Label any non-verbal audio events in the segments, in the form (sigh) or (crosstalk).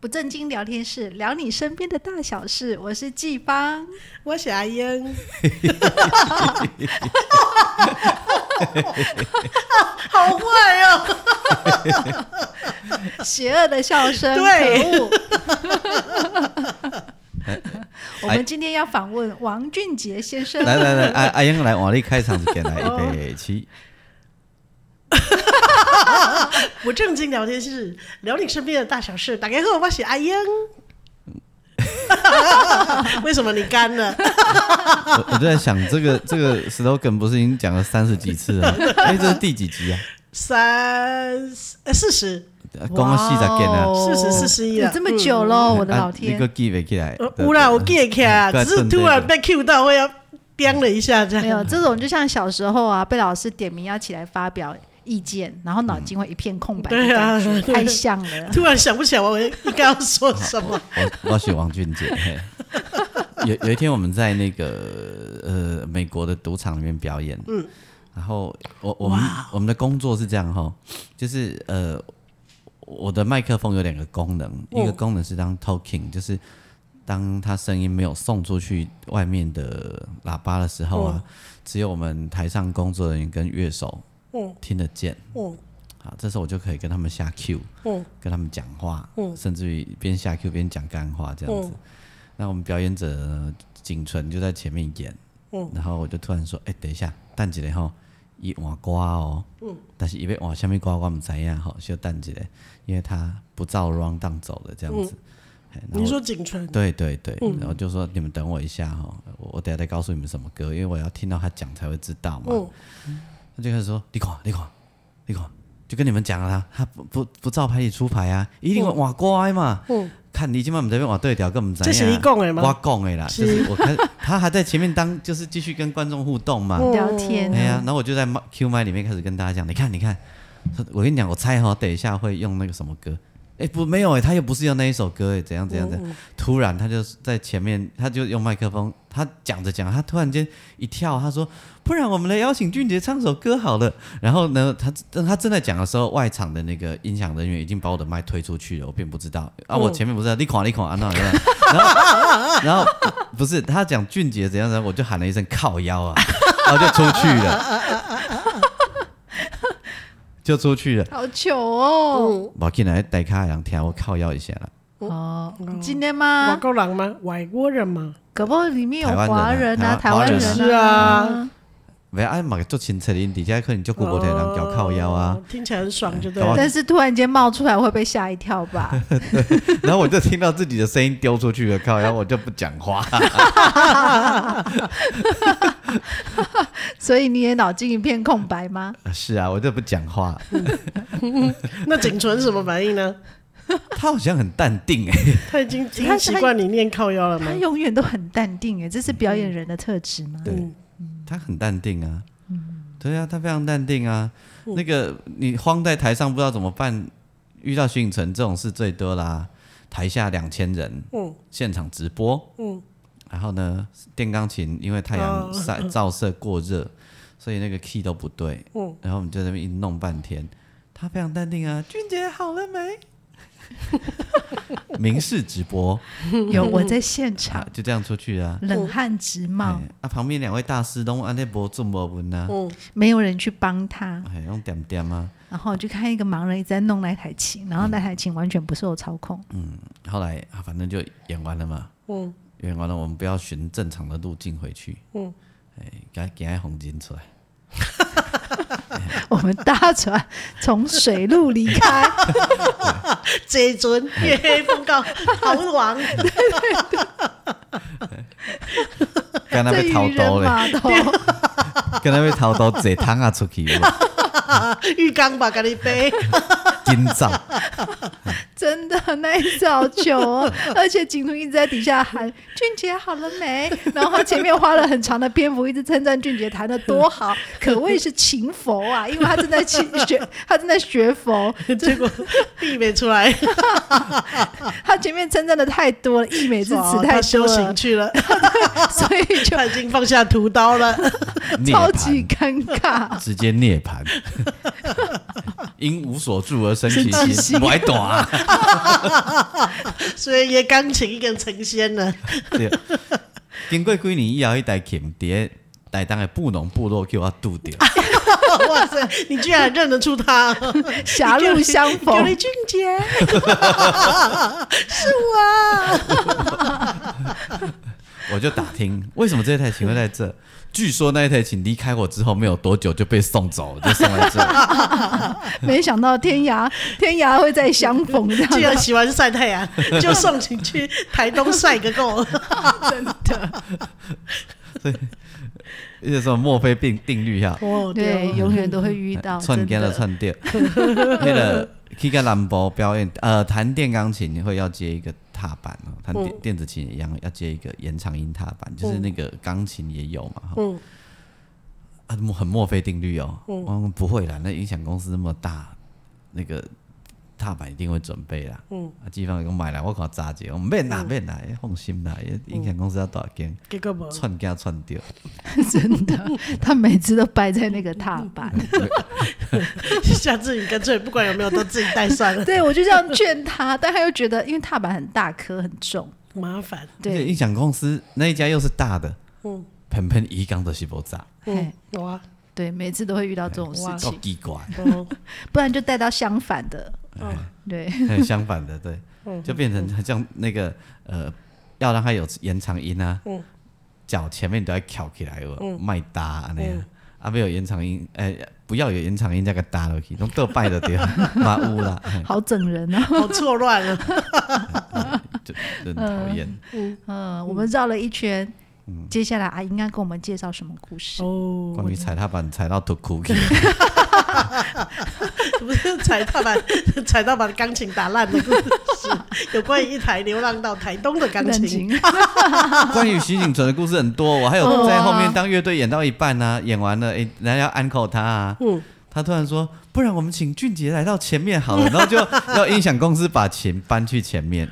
不正经聊天室，聊你身边的大小事。我是季芳，我是阿英， (laughs) 好坏哦！ (laughs) 邪恶的笑声，对可 (laughs) 恶。我们今天要访问王俊杰先生。来来来，阿阿英来，往力开场之前来，预备起。不正经聊天室，聊你身边的大小事。打开后，我是阿英。 (laughs) 为什么你干了？我我就在想，这个这个 slogan 不是已经讲了三十几次了？哎，这是第几集啊？三呃四十，公司在干啊，哇哦四十四十一了嗯有这么久了，我的老你天个！记不起来呃，乌啦，我 get 起来啊，只是突然被被 Q 到，我要 biang 了一下，这没样。有这种，就像小时候啊，被老师点名要起来发表意见，然后脑筋会一片空白的对啊感觉，对太像了。突然想不起来我应该要说什么。我我是王俊杰。嘿有有一天我们在那个呃美国的赌场里面表演，嗯，然后我我们我们的工作是这样哈，就是呃我的麦克风有两个功能，一个功能是当 talking，就是当它声音没有送出去外面的喇叭的时候啊，只有我们台上工作人员跟乐手嗯听得见，嗯好，这时候我就可以跟他们下 Q，嗯跟他们讲话，甚至于边下 Q 边讲干话这嗯样子。那我们表演者呢景纯就在前面演，嗯然后我就突然说：“哎、等一下，等一下吼，伊换歌哦，嗯但是伊要换什么歌我唔知呀，吼，就等一下，因为他不照 round down 走的这样嗯子。嘿然后你说景纯，对对对，嗯然后就说你们等我一下哈、我我等下再告诉你们什么歌，因为我要听到他讲才会知道嘛。嗯他就开始说：“你看，你看，你看，就跟你们讲了啦，他不不不照牌理出牌啊，一定会换乖嘛。嗯看你今晚我们这边换对调，根本不知道。这是你讲的吗我讲的啦，是就是我看他还在前面当，就是继续跟观众互动嘛。嗯聊天哎呀，然后我就在麦 Q 麦里面开始跟大家讲，你看，你看，我跟你讲，我猜哈，等一下会用那个什么歌。哎、不，没有哎、他又不是用那一首歌哎、怎样嗯怎样怎样。突然，他就在前面，他就用麦克风，他讲着讲着，他突然间一跳，他说：“不然我们来邀请俊杰唱首歌好了。”然后呢，他当他正在讲的时候，外场的那个音响人员已经把我的麦推出去了，我并不知道啊，我前面不是你垮你垮啊那那，然后然后不是他讲俊杰怎样怎样，我就喊了一声靠腰啊，然后就出去了，就出去了。好糗哦！嗯，我进来带卡人听我靠腰一下啦，哦，今天外吗？国人吗？外国人吗？搞不好里面有台湾华人啊人啊，台台湾湾人华人啊是啊。没啊，嘛做亲戚的，底下可能就过国台人搞靠腰啊哦，，听起来很爽，就对搞了不。但是突然间冒出来会被吓一跳吧？ (laughs) 然后我就听到自己的声音丢出去了，靠腰我就不讲话。所以你也脑筋一片空 (laughs) 白吗？是啊，我就不讲话。那景纯什么反应呢？他好像很淡定哎、他已经他听他习惯你念靠腰了吗他？永远都很淡定哎，这是表嗯演人的特质吗？对他很淡定啊，对啊，他非常淡定啊。嗯那个你慌在台上不知道怎么办，遇到徐影城这种事最多啦。台下两千人，嗯现场直播，嗯然后呢，电钢琴因为太阳哦晒照射过热，所以那个 key 都不对，嗯然后我们就在那边一弄半天，他非常淡定啊，俊杰好了没？ (laughs) (laughs) 明示直播，嗯有我在现啊场，，就这样出去啊。冷汗直冒哎，啊，旁边两位大师都按啊那波做波文啊，嗯，没有人去帮他，哎，用点点啊。然后我就看一个盲人一直在弄那台嗯琴，然后那台琴完全不受操控，后来啊，反正就演完了嘛，嗯，演完了我们不要循正常的路径回去，嗯，哎，给他给他红 (laughs) 金出来，嗯我们搭船从水路离开，这尊 (laughs) 月黑风高，逃亡，跟他这被掏渔人刀啊嘞，码头，跟他被掏刀直 (laughs) 接汤啊出去，有没有浴缸吧，给你背。金罩， (laughs) 真的那一早 (laughs) 球哦，而且景图一直在底下喊俊杰好了没， (laughs) 然后他前面花了很长的篇幅一直称赞俊杰弹的多 (laughs) 好，可谓是勤佛啊，因为他正在勤学，他正在学佛，结果避免出来，他前面称赞的太多了，溢美之哇词他太修多行了，去了，所 (laughs) 以就他已经放下屠刀 (laughs) 了。涅超槃级尴尬。直接涅 (laughs) 槃，因无所住而生其生其心，心我还懂啊。所以也钢琴一个人成仙 (laughs) 了，对，经过几年以后，迄台琴伫台东的布农部落叫我拄着，哇塞！你居然认得出他，狭路相有逢你，俊 (laughs) 杰，是我。我就打听为什么这台琴会在这。据说那一台琴离开我之后没有多久就被送走了，就送来这。没想到天涯天涯会再相逢，这 (laughs) 既样然喜欢晒太阳， (laughs) 就送你去台东晒个够。真的，而且什么墨菲定定律哈，哦，对，哦永远都会遇到，嗯串真干了的，串掉。(laughs) 那个去个兰博表演，呃，弹电钢琴会要接一个踏板哦，弹电、嗯电子琴也一样要接一个延长音踏板，就是那个钢琴也有嘛。哈嗯，啊，墨很墨菲定律哦。嗯我说不会啦，那音响公司那么大，那个踏板一定会准备啦。嗯，啊，地方给我买来，我给我扎结，我免嗯啦免啦，放心啦，音响公司要多少间，结果无，串干串掉。 (laughs) 真的，他每次都掰在那个踏板。下次你干脆不管有没有都自己带算 (laughs) 了，对我就这样劝他，但他又觉得，因为踏板很大颗很重，麻烦。而且对，音响公司那一家又是大的，嗯，盆盆一缸都是不炸，嗯嘿，哇，对，每次都会遇到这种事够情，奇怪。 (laughs) 哦，不然就带到相反的， (laughs) 对，很相反的，对，就变成很像那个呃，要让它有延长音啊，脚前面都要翘起来，有麦搭那样，啊没有延长音，哎，不要有延长音，再给搭落去，弄都拜的对，马乌啦，哎好整人啊。好错乱啊！就就很讨厌。嗯，我们绕了一圈，接下来阿英要跟我们介绍什么故事？哦，关于踩踏板踩到吐哭去，不是踩踏板， (laughs) 踩到把钢琴打烂的故事， (laughs) 有关于一台流浪到台东的钢感琴。情， (laughs) 关于徐景纯的故事很多，我还有在后面当乐队演到一半呢、啊，演完了，哎、人家要安口他啊，嗯他突然说，不然我们请俊杰来到前面好了，然后就要音响公司把琴搬去前 (laughs) 面，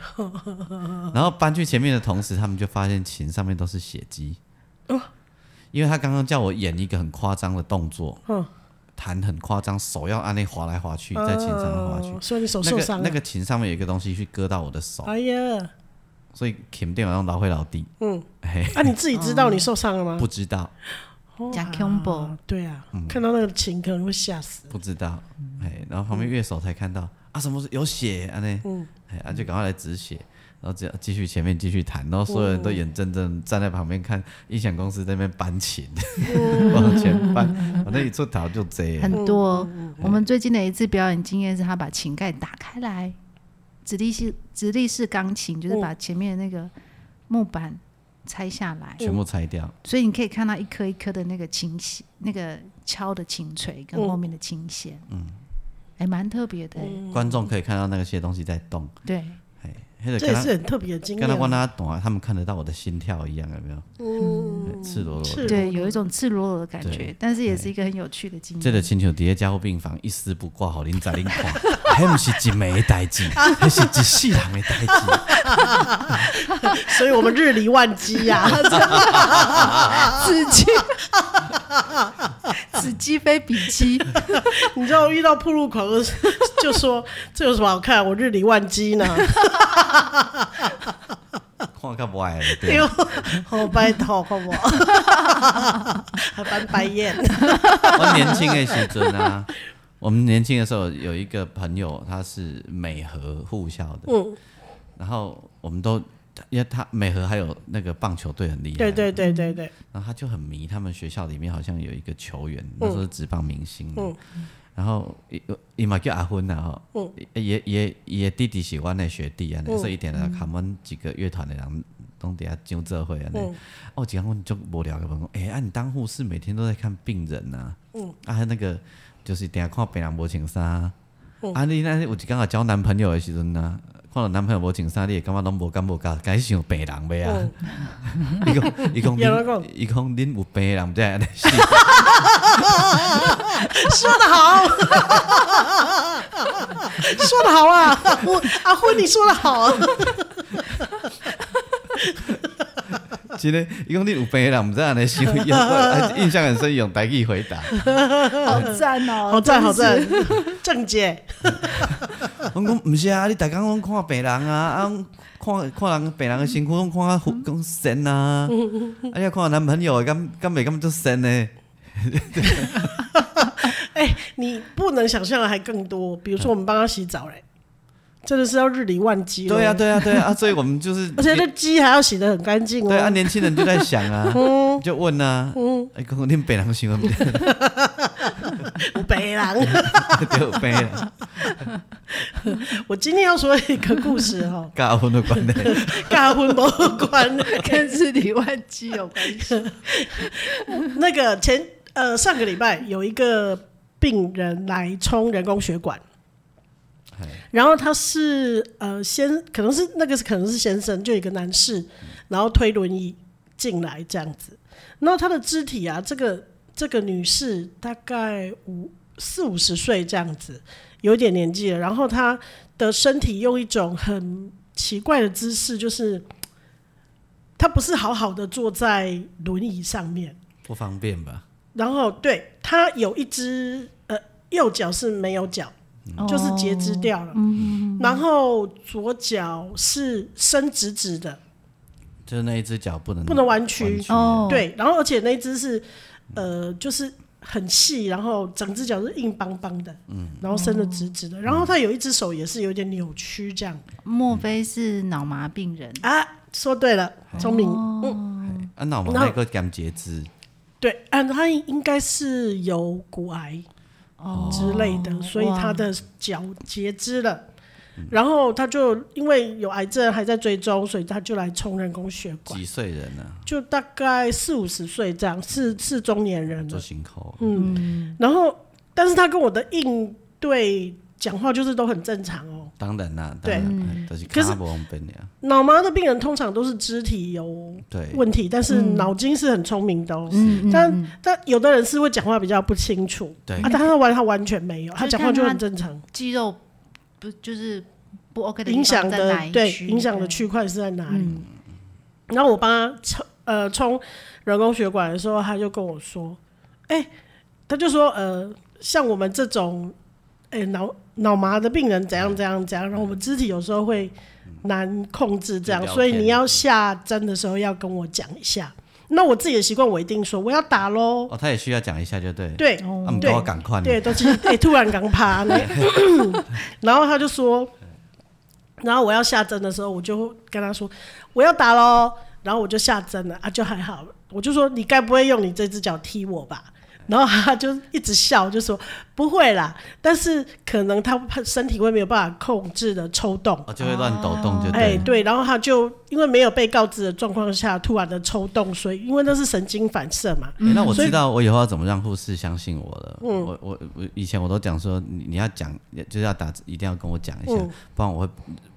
然后搬去前面的同时，他们就发现琴上面都是血迹，哦因为他刚刚叫我演一个很夸张的动作，嗯弹很夸张，手要按那滑来滑去，在琴上面滑去。哦所以你手那受个伤那了。个琴上面有一个东西去割到我的手，哎呀，所以琴电晚上老会老地，嗯，嘿，啊，你自己知道你受伤了吗？不知嗯道。哦讲啊 combo 对啊，看到那个琴可能会吓死。不知道，嗯哎，然后旁边乐手才看到啊，什么是有血啊呢？嗯哎，啊就赶快来止血，然后只继续前面继续弹，嗯然后所有人都眼睁睁站在旁边看音响公司在那边搬琴，嗯 (laughs) 往前搬，我那一出逃就贼，很多。我们最近的一次表演经验是，他把琴盖打开来，直立式直立式钢琴，就是把前面的那个木板拆下来，全部拆掉，所以你可以看到一颗一颗的那个琴弦，那个敲的琴锤跟后面的琴弦，嗯，还蛮特别的欸，嗯观众可以看到那些东西在动，对，哎，那个这跟也他是很特别的经跟他往验。那懂啊，他们看得到我的心跳一样，有没有？嗯，赤裸裸是的。对，有一种赤裸裸的感觉对，但是也是一个很有趣的经 (laughs) 这个验。亲像伫咧加护病房，一丝不挂，互恁在恁 (laughs) 看，迄毋是一暝的代志，迄是一世人的代志。所以我们日理万机啊呀，子鸡，子鸡非彼鸡， (laughs) 你知道遇到铺路狂的时候就说这有什么好看？我日理万机呢。看较无爱的，哎 (laughs) 对呦，，好拜托，好不好？ (laughs) 还翻白眼，我年轻的时阵啊， (laughs) 我们年轻的时候有一个朋友，他是美和护校的，嗯然后我们都因为他美和还有那个棒球队很厉害，对对对对对，然后他就很迷，他们学校里面好像有一个球员，那时候是职棒明星的。然后伊伊嘛叫阿芬呐吼，呃也也也弟弟是阮的学弟啊，所以一点啊，看阮几个乐团的人拢底下上这会啊，哦，几个阮就无聊个问讲，哎，啊你当护士每天都在看病人呐，啊那个就是定下看病人无穿衫啊，啊，你那有一天啊交男朋友的时阵啊，看到男朋友无穿衫，你会感觉拢无感无觉，该想病人未嗯哦啊？ (laughs) 伊讲伊讲有人讲恁伊讲恁有病的人才安尼死， (laughs) (laughs) 说得好， (laughs) 说得好啊，阿辉，阿辉，你说得好、啊，真的，伊讲恁有病的人毋知安尼 (laughs) 想，伊讲啊印象很深，用台语回答。 (laughs) 好赞哦，嗯好赞好真赞是，，郑姐，我讲毋是啊，你逐工拢看病人啊，啊看看人病人的身躯，拢看啊讲神啊，啊你若看男朋友的，敢敢袂敢做神呢？哎、你不能想象的还更多，比如说我们帮他洗澡、嘞，哎真的是要日理万机咯对啊，，对啊，对啊，啊所以我们 (laughs) 就是，而且那鸡还要洗得很干净哦，对啊，年轻人就在想啊，就问啊，哎，讲恁病人想不有北狼。 (laughs) 对有病人， (laughs) 我今天要说一个故事哦，甲婚的关系，跟阿婚没有 (laughs) 关的。跟日理万机有关系。 (laughs) 那个前呃上个礼拜有一个病人来冲人工血管，嘿然后他是呃先可能是那个是可能是先生，就有一个男士，然后推轮椅进来这样子，然后他的肢体啊，这个这个女士大概五四五十岁这样子，有一点年纪了，然后她的身体用一种很奇怪的姿势，就是她不是好好的坐在轮椅上面。不方便吧？然后对他有一只呃右脚是没有脚，就是截肢掉了，然后左脚是伸直直的，就是那一只脚不能不能弯曲嗯弯曲哦，，对，然后而且那一只是呃就是很细，然后整只脚是硬邦邦的，嗯然后伸的直直的，然后他有一只手也是有点扭曲这样莫非是脑麻病人？啊，说对了，聪明，嗯嘿啊，那我们那个讲截肢，对，啊，他应该是有骨癌之类的，所以他的脚截肢了。然后他就因为有癌症还在追踪，所以他就来冲人工血管，几岁人呢？就大概四五十岁这样，是是中年人做了。辛苦，嗯然后，但是他跟我的应对讲话就是都很正常哦。当然啦，当对然，就是可是卡不方便呀，脑麻的病人通常都是肢体有对，问题，但是脑筋是很聪明的哦。嗯嗯，嗯但但有的人是会讲话比较不清楚，对啊，但他完他完全没有，他就是讲话看就他很正常，肌肉不就是不 OK 的地影方响在的哪一对区嗯影响的区块是在哪里？然后我帮他冲呃冲人工血管的时候，他就跟我说，哎、他就说呃，像我们这种哎脑脑麻的病人怎样怎样怎样，然后我们肢体有时候会难控制这样，就聊所以天你要下针的时候要跟我讲一下。那我自己的习惯，我一定说我要打喽。哦，他也需要讲一下，就对，哦对，啊，们对都要赶快呢，对，都是哎、突然刚趴呢， (laughs) 然后他就说，然后我要下针的时候，我就跟他说我要打喽，然后我就下针了啊，就还好，我就说你该不会用你这只脚踢我吧？然后他就一直笑，就说不会啦，但是可能他身体会没有办法控制的抽动，哦，就会乱抖动，就哎、对，对，然后他就因为没有被告知的状况下突然的抽动，所以因为那是神经反射嘛，欸那我知道我以后要怎么让护士相信我了。嗯我我我以前我都讲说，你你要讲就是要打，一定要跟我讲一下，嗯不然我会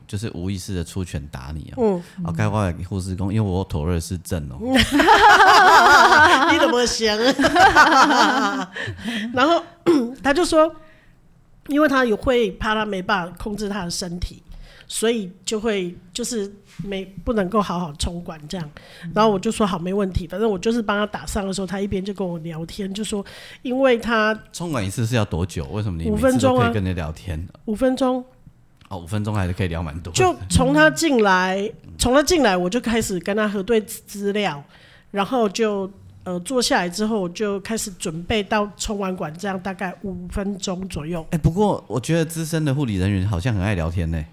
就是无意识的出拳打你嗯哦。我该话给护士工，因为我有妥瑞氏症哦。 (laughs) 你怎么想？然后 (clears throat) 他就说，因为他有会怕他没办法控制他的身体，所以就会就是没不能够好好冲管这样。然后我就说好，没问题，反正我就是帮他打上的时候，他一边就跟我聊天，就说因为他冲管一次是要多久？为什么你五每次分钟都啊可以跟你聊天？五分钟哦，五分钟还是可以聊蛮多。就从他进来，从他进来我就开始跟他核对资料，然后就呃坐下来之后我就开始准备到冲完管，这样大概五分钟左右。哎、不过我觉得资深的护理人员好像很爱聊天呢、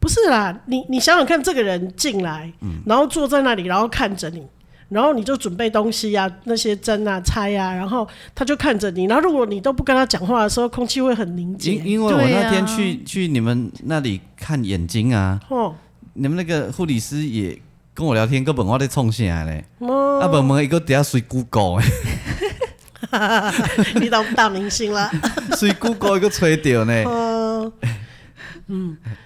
不是啦，你你想想看，这个人进来，然后坐在那里，然后看着你，然后你就准备东西啊，那些针啊、钗啊，然后他就看着你，然后如果你都不跟他讲话的时候，空气会很凝因结。因为我对那天啊去、去你们那里看眼睛啊，哦，你们那个护理师也跟我聊天，根本我在冲啥嘞？哦啊，问问伊个底下随 Google (laughs) 诶， (laughs) 你当大明星了，哦随 Google 伊个吹着呢。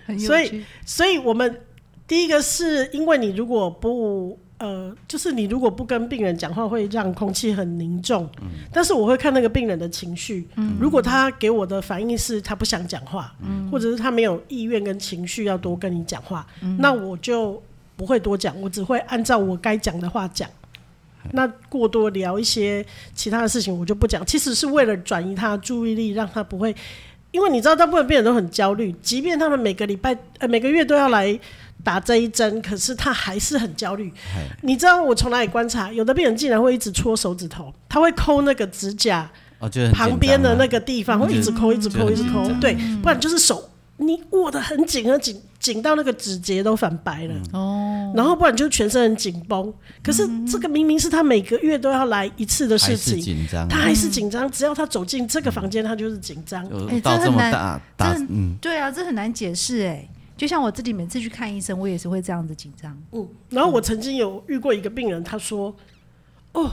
很有所以趣。所以我们第一个是因为你如果不呃，就是你如果不跟病人讲话，会让空气很凝重。但是我会看那个病人的情绪，如果他给我的反应是他不想讲话，或者是他没有意愿跟情绪要多跟你讲话，那我就不会多讲，我只会按照我该讲的话讲。那过多聊一些其他的事情，我就不讲。其实是为了转移他的注意力，让他不会因为你知道，大部分病人都很焦虑，即便他们每个礼拜、呃每个月都要来打这一针，可是他还是很焦虑。你知道我从哪里观察？有的病人竟然会一直戳手指头，他会抠那个指甲哦，就是很旁边的那个个地方，会一直抠、一直抠、一直抠。嗯对，不然就是手你握得很紧很紧，紧到那个指节都反白了。嗯哦，然后不然就全身很紧绷。可是这个明明是他每个月都要来一次的还事是情，紧张他，还是紧张。只要他走进这个房间，他就是紧张。就哎到这这很么难大打这嗯，对啊，这很难解释哎、就像我自己每次去看医生，我也是会这样子紧张。嗯，然后我曾经有遇过一个病人，他说：“哦，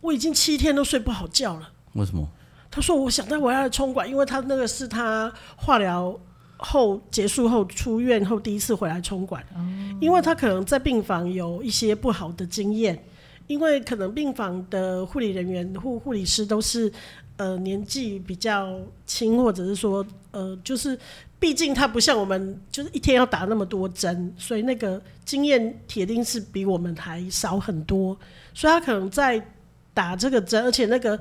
我已经七天都睡不好觉了。为什么？”他说：“我想到我要来冲管，因为他那个是他化疗后结束后出院后第一次回来冲管，因为他可能在病房有一些不好的经验，因为可能病房的护理人员护护理师都是呃年纪比较轻，或者是说呃就是。”毕竟他不像我们，就是一天要打那么多针，所以那个经验铁定是比我们还少很多。所以他可能在打这个针，而且那个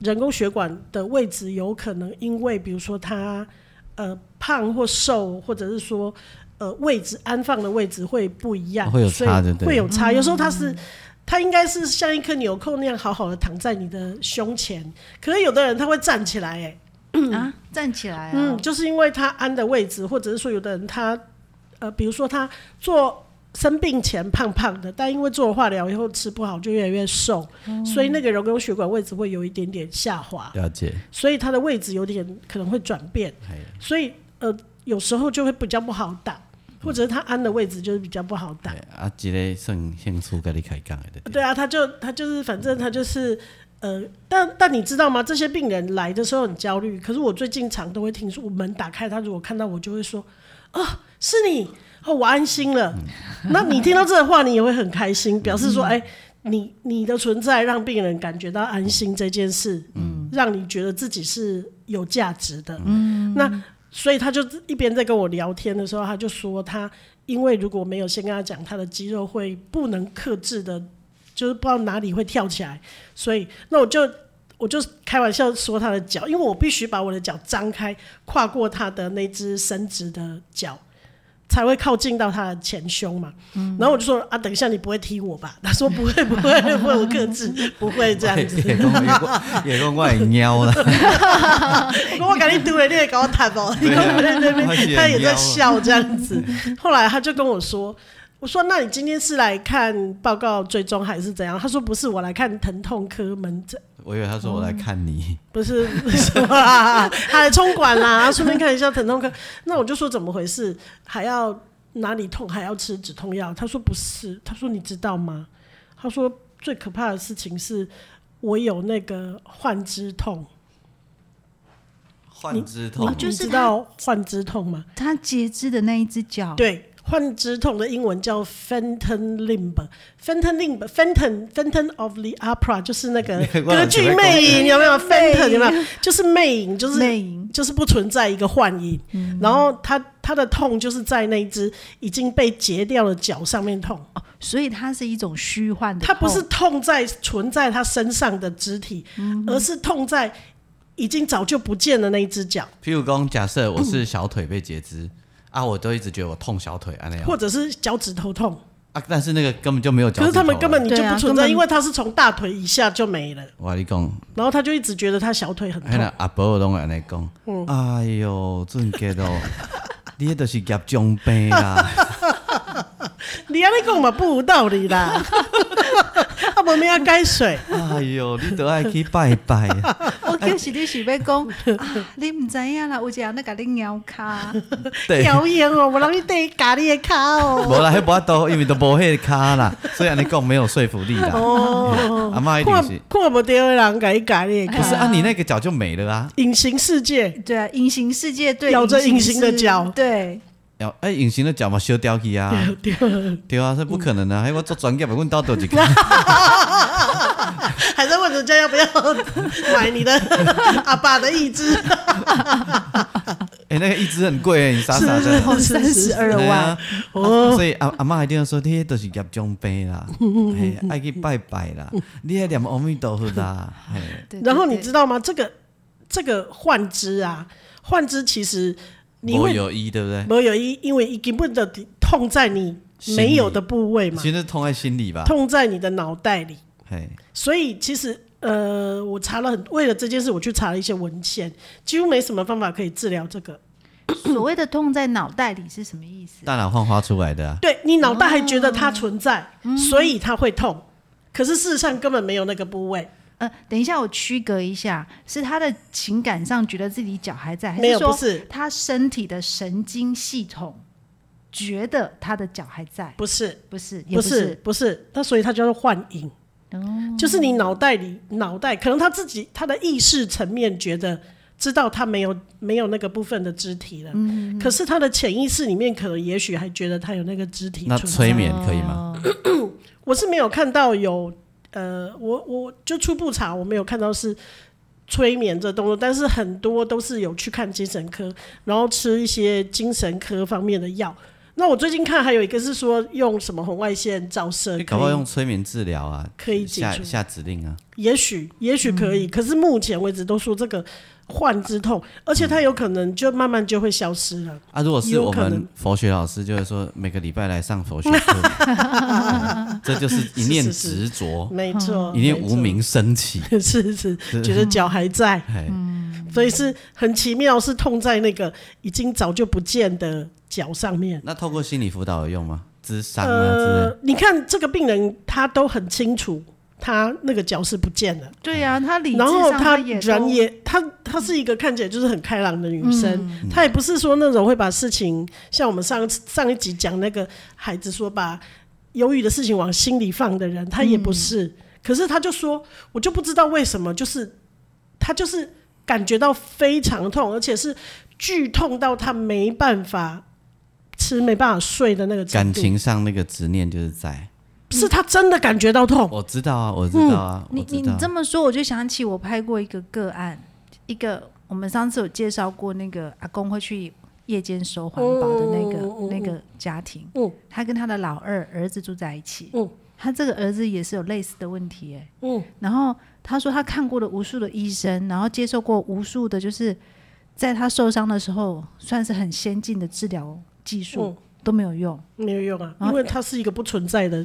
人工血管的位置有可能因为，比如说他呃胖或瘦，或者是说呃位置安放的位置会不一样，哦会有所以差就对了会有差。有时候他是。他应该是像一颗纽扣那样好好的躺在你的胸前，可是有的人他会站起来、哎，啊，站起来啊！嗯，就是因为他安的位置，或者是说有的人他，呃，比如说他做生病前胖胖的，但因为做了化疗以后吃不好，就越来越瘦，嗯所以那个人工血管位置会有一点点下滑，了解，所以他的位置有点可能会转变，哎所以呃，有时候就会比较不好打，或者是他安的位置就是比较不好打哎。啊，这个算兴趣跟你开讲的，对对啊，他就他就是，反正他就是，呃，但但你知道吗？这些病人来的时候很焦虑，可是我最近常都会听说，我哦门打开，他如果看到我，就会说，哦，是你，哦，我安心了。那你听到这个话，你也会很开心，表示说，哎、你你的存在让病人感觉到安心这件事，嗯，让你觉得自己是有价值的，嗯，那。所以他就一边在跟我聊天的时候，他就说他因为如果没有先跟他讲，他的肌肉会不能克制的就是不知道哪里会跳起来，所以那我就我就开玩笑说他的脚，因为我必须把我的脚张开，跨过他的那只伸直的脚，才会靠近到他的前胸嘛。嗯然后我就说啊，等一下你不会踢我吧？他说不会不会不会，我克制，不会这样子。 (laughs) 也讲我也讲我会猫啦， (laughs) 我说我赶紧丢了，你也搞我谈哦。你对看啊我在那 (laughs) 边他写，他也在很笑这样子。后来他就跟我说。我说：“那你今天是来看报告追踪还是怎样？”他说：“不是，我来看疼痛科门诊。”我以为他说我来看你，不是 (laughs) 什么啦，还冲管啦，顺便看一下疼痛科。那我就说怎么回事，还要哪里痛还要吃止痛药？他说不是，他说你知道吗？他说最可怕的事情是我有那个患肢痛，患肢哦痛，就是你知他道患肢痛吗？他截肢的那一只脚，对，患肢痛的英文叫 Fenton Limb，Fenton Limb，Fenton Fenton of the Opera，就是 (laughs) 那个我歌有剧准备魅影，有没有魅影？Fenton 有没有？就是魅影，就是内影嗯就是不存在一个幻影，然后他他的痛就是在那一只已经被截掉的脚上面痛，哦，所以它是一种虚幻的他痛。嗯不是痛在存在他身上的肢体，而是痛在已经早就不见的那一只脚，哦譬如讲，假设我是小腿被截肢啊，我都一直觉得我痛小腿啊那样或者是脚趾头痛，啊，但是那个根本就没有脚可趾是头啊。他们根本你就对啊不存根在，本因为他是从大腿以下就没了。我跟你讲，然后他就一直觉得他小腿很迄痛，个阿伯拢会安尼讲，嗯哎哟，俊杰哦， (laughs) 你迄都是夹中病 (laughs) 啦， (laughs) 你安尼讲嘛不无道理啦。啊，啊，无要改水，哎哟，你都爱去拜拜啊， (laughs) 我可是你是要讲啊，你唔知影啦，有一个人咧甲你咬卡，对。谣言哦，我让你对咖喱的卡哦。无啦，迄无法度，因为都无迄个卡啦，所以安尼讲没有说服力啦。哦，阿哎嬷一定看是，看不到的人改咖喱的不是卡，啊？你那个脚就没了啊。隐形世界 (laughs) 对啊，隐形世界对咬着隐形的世脚对，要哎，隐形的脚嘛，小掉去啊，对了，对啊，这不可能啊！还我做专业的，问到底有一个还在问人家要不要买你的 (laughs) 阿爸的义 (laughs) 肢， (laughs) 哎，那个一只很贵，你傻傻是的。是哦是三十二对万啊，哦啊所以阿阿嬷一定要说，你都是业障病 (laughs) 啦，嘿，爱去拜拜啦，你还念阿弥陀佛 (laughs) 啦，嘿，对然后你对知道吗？这个这个幻肢啊，幻肢其实你我会有一对不对？没有一，因为一根本的痛在你没有的部位嘛其，实痛在心里啊吧，痛在你的脑袋里。嘿，所以其实呃，我查了很，为了这件事，我去查了一些文献，几乎没什么方法可以治疗这个。对所谓的痛在脑袋里是什么意思？大脑幻化出来的啊，对你脑袋还觉得它存在，嗯所以它会痛。可是事实上根本没有那个部位，呃，等一下，我区隔一下，是他的情感上觉得自己脚还在，还没是有不说是他身体的神经系统觉得他的脚还在？不是不是，哦也不不是不是，那所以它叫做幻影，就是你脑袋里脑袋可能他自己他的意识层面觉得知道他没有没有那个部分的肢体了，嗯可是他的潜意识里面可能也许还觉得他有那个肢体那存在催眠可以吗？哦我是没有看到有呃，我我就初步查，我没有看到是催眠这动作，但是很多都是有去看精神科，然后吃一些精神科方面的药。那我最近看还有一个是说用什么红外线照射你，搞不好可以用催眠治疗啊，可以解下除下指令啊，也许也许可嗯以，可是目前为止都说这个患肢痛，而嗯且它有可能就慢慢就会消失了。啊，如果是我有可们能佛学老师，就会说每个礼拜来上佛 (laughs) 学课，嗯这就是一念是是执着，没错，一念没错无名升起。 (laughs) 是是，觉得脚还在，哎，嗯所以是很奇妙，是痛在那个已经早就不见的脚上面。那透过心理辅导有用吗？智商啊之类呃的，，你看这个病人，他都很清楚，他那个脚是不见了，对啊，他理智然后上他也人都也，他他是一个看起来就是很开朗的女生，嗯嗯她也不是说那种会把事情，像我们上上一集讲那个孩子说把忧郁的事情往心里放的人，她也嗯不是。可是他就说，我就不知道为什么，就是他就是感觉到非常痛，而且是剧痛到他没办法吃、没办法睡的那个程感度情上那个执念就是在，是他真的感觉到痛，我知道啊，我知道啊，哦我嗯你知你道你。这么说，我就想起我拍过一个个案，一个我们上次有介绍过那个阿公会去夜间收环保的那个、那个家庭，嗯他跟他的老二儿子住在一起，嗯他这个儿子也是有类似的问题、哎，嗯，然后他说他看过了无数的医生，然后接受过无数的，就是在他受伤的时候，算是很先进的治疗技术、都没有用。没有用啊，啊因为它是一个不存在的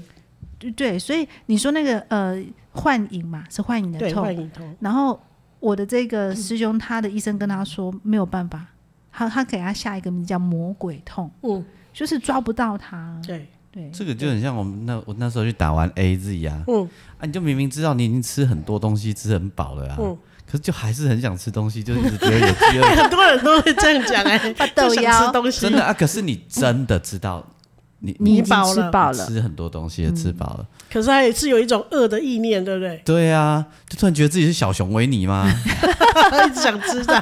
对对，所以你说那个呃幻影嘛，是幻影的对痛幻，影痛，然后我的这个师兄，他的医生跟他说没有办法，他他给他下一个名字叫魔鬼痛，嗯，就是抓不到他。对，对，这个就很像我们那我那时候去打完 A Z 啊，嗯啊，你就明明知道你已经吃很多东西，吃很饱了啊，嗯可是就还是很想吃东西，就一直觉得有饥饿 (laughs) 感哎， (laughs) 很多人都会这样讲哎， (laughs) 发就抖想腰吃东西，真的啊，可是你真的知道，你你已经饱吃了嗯饱了，嗯吃很多东西也吃饱了，可是它也是有一种恶的意念，对不 (laughs) 对？对啊，就突然觉得自己是小熊维 (laughs) 尼吗？一直想吃的，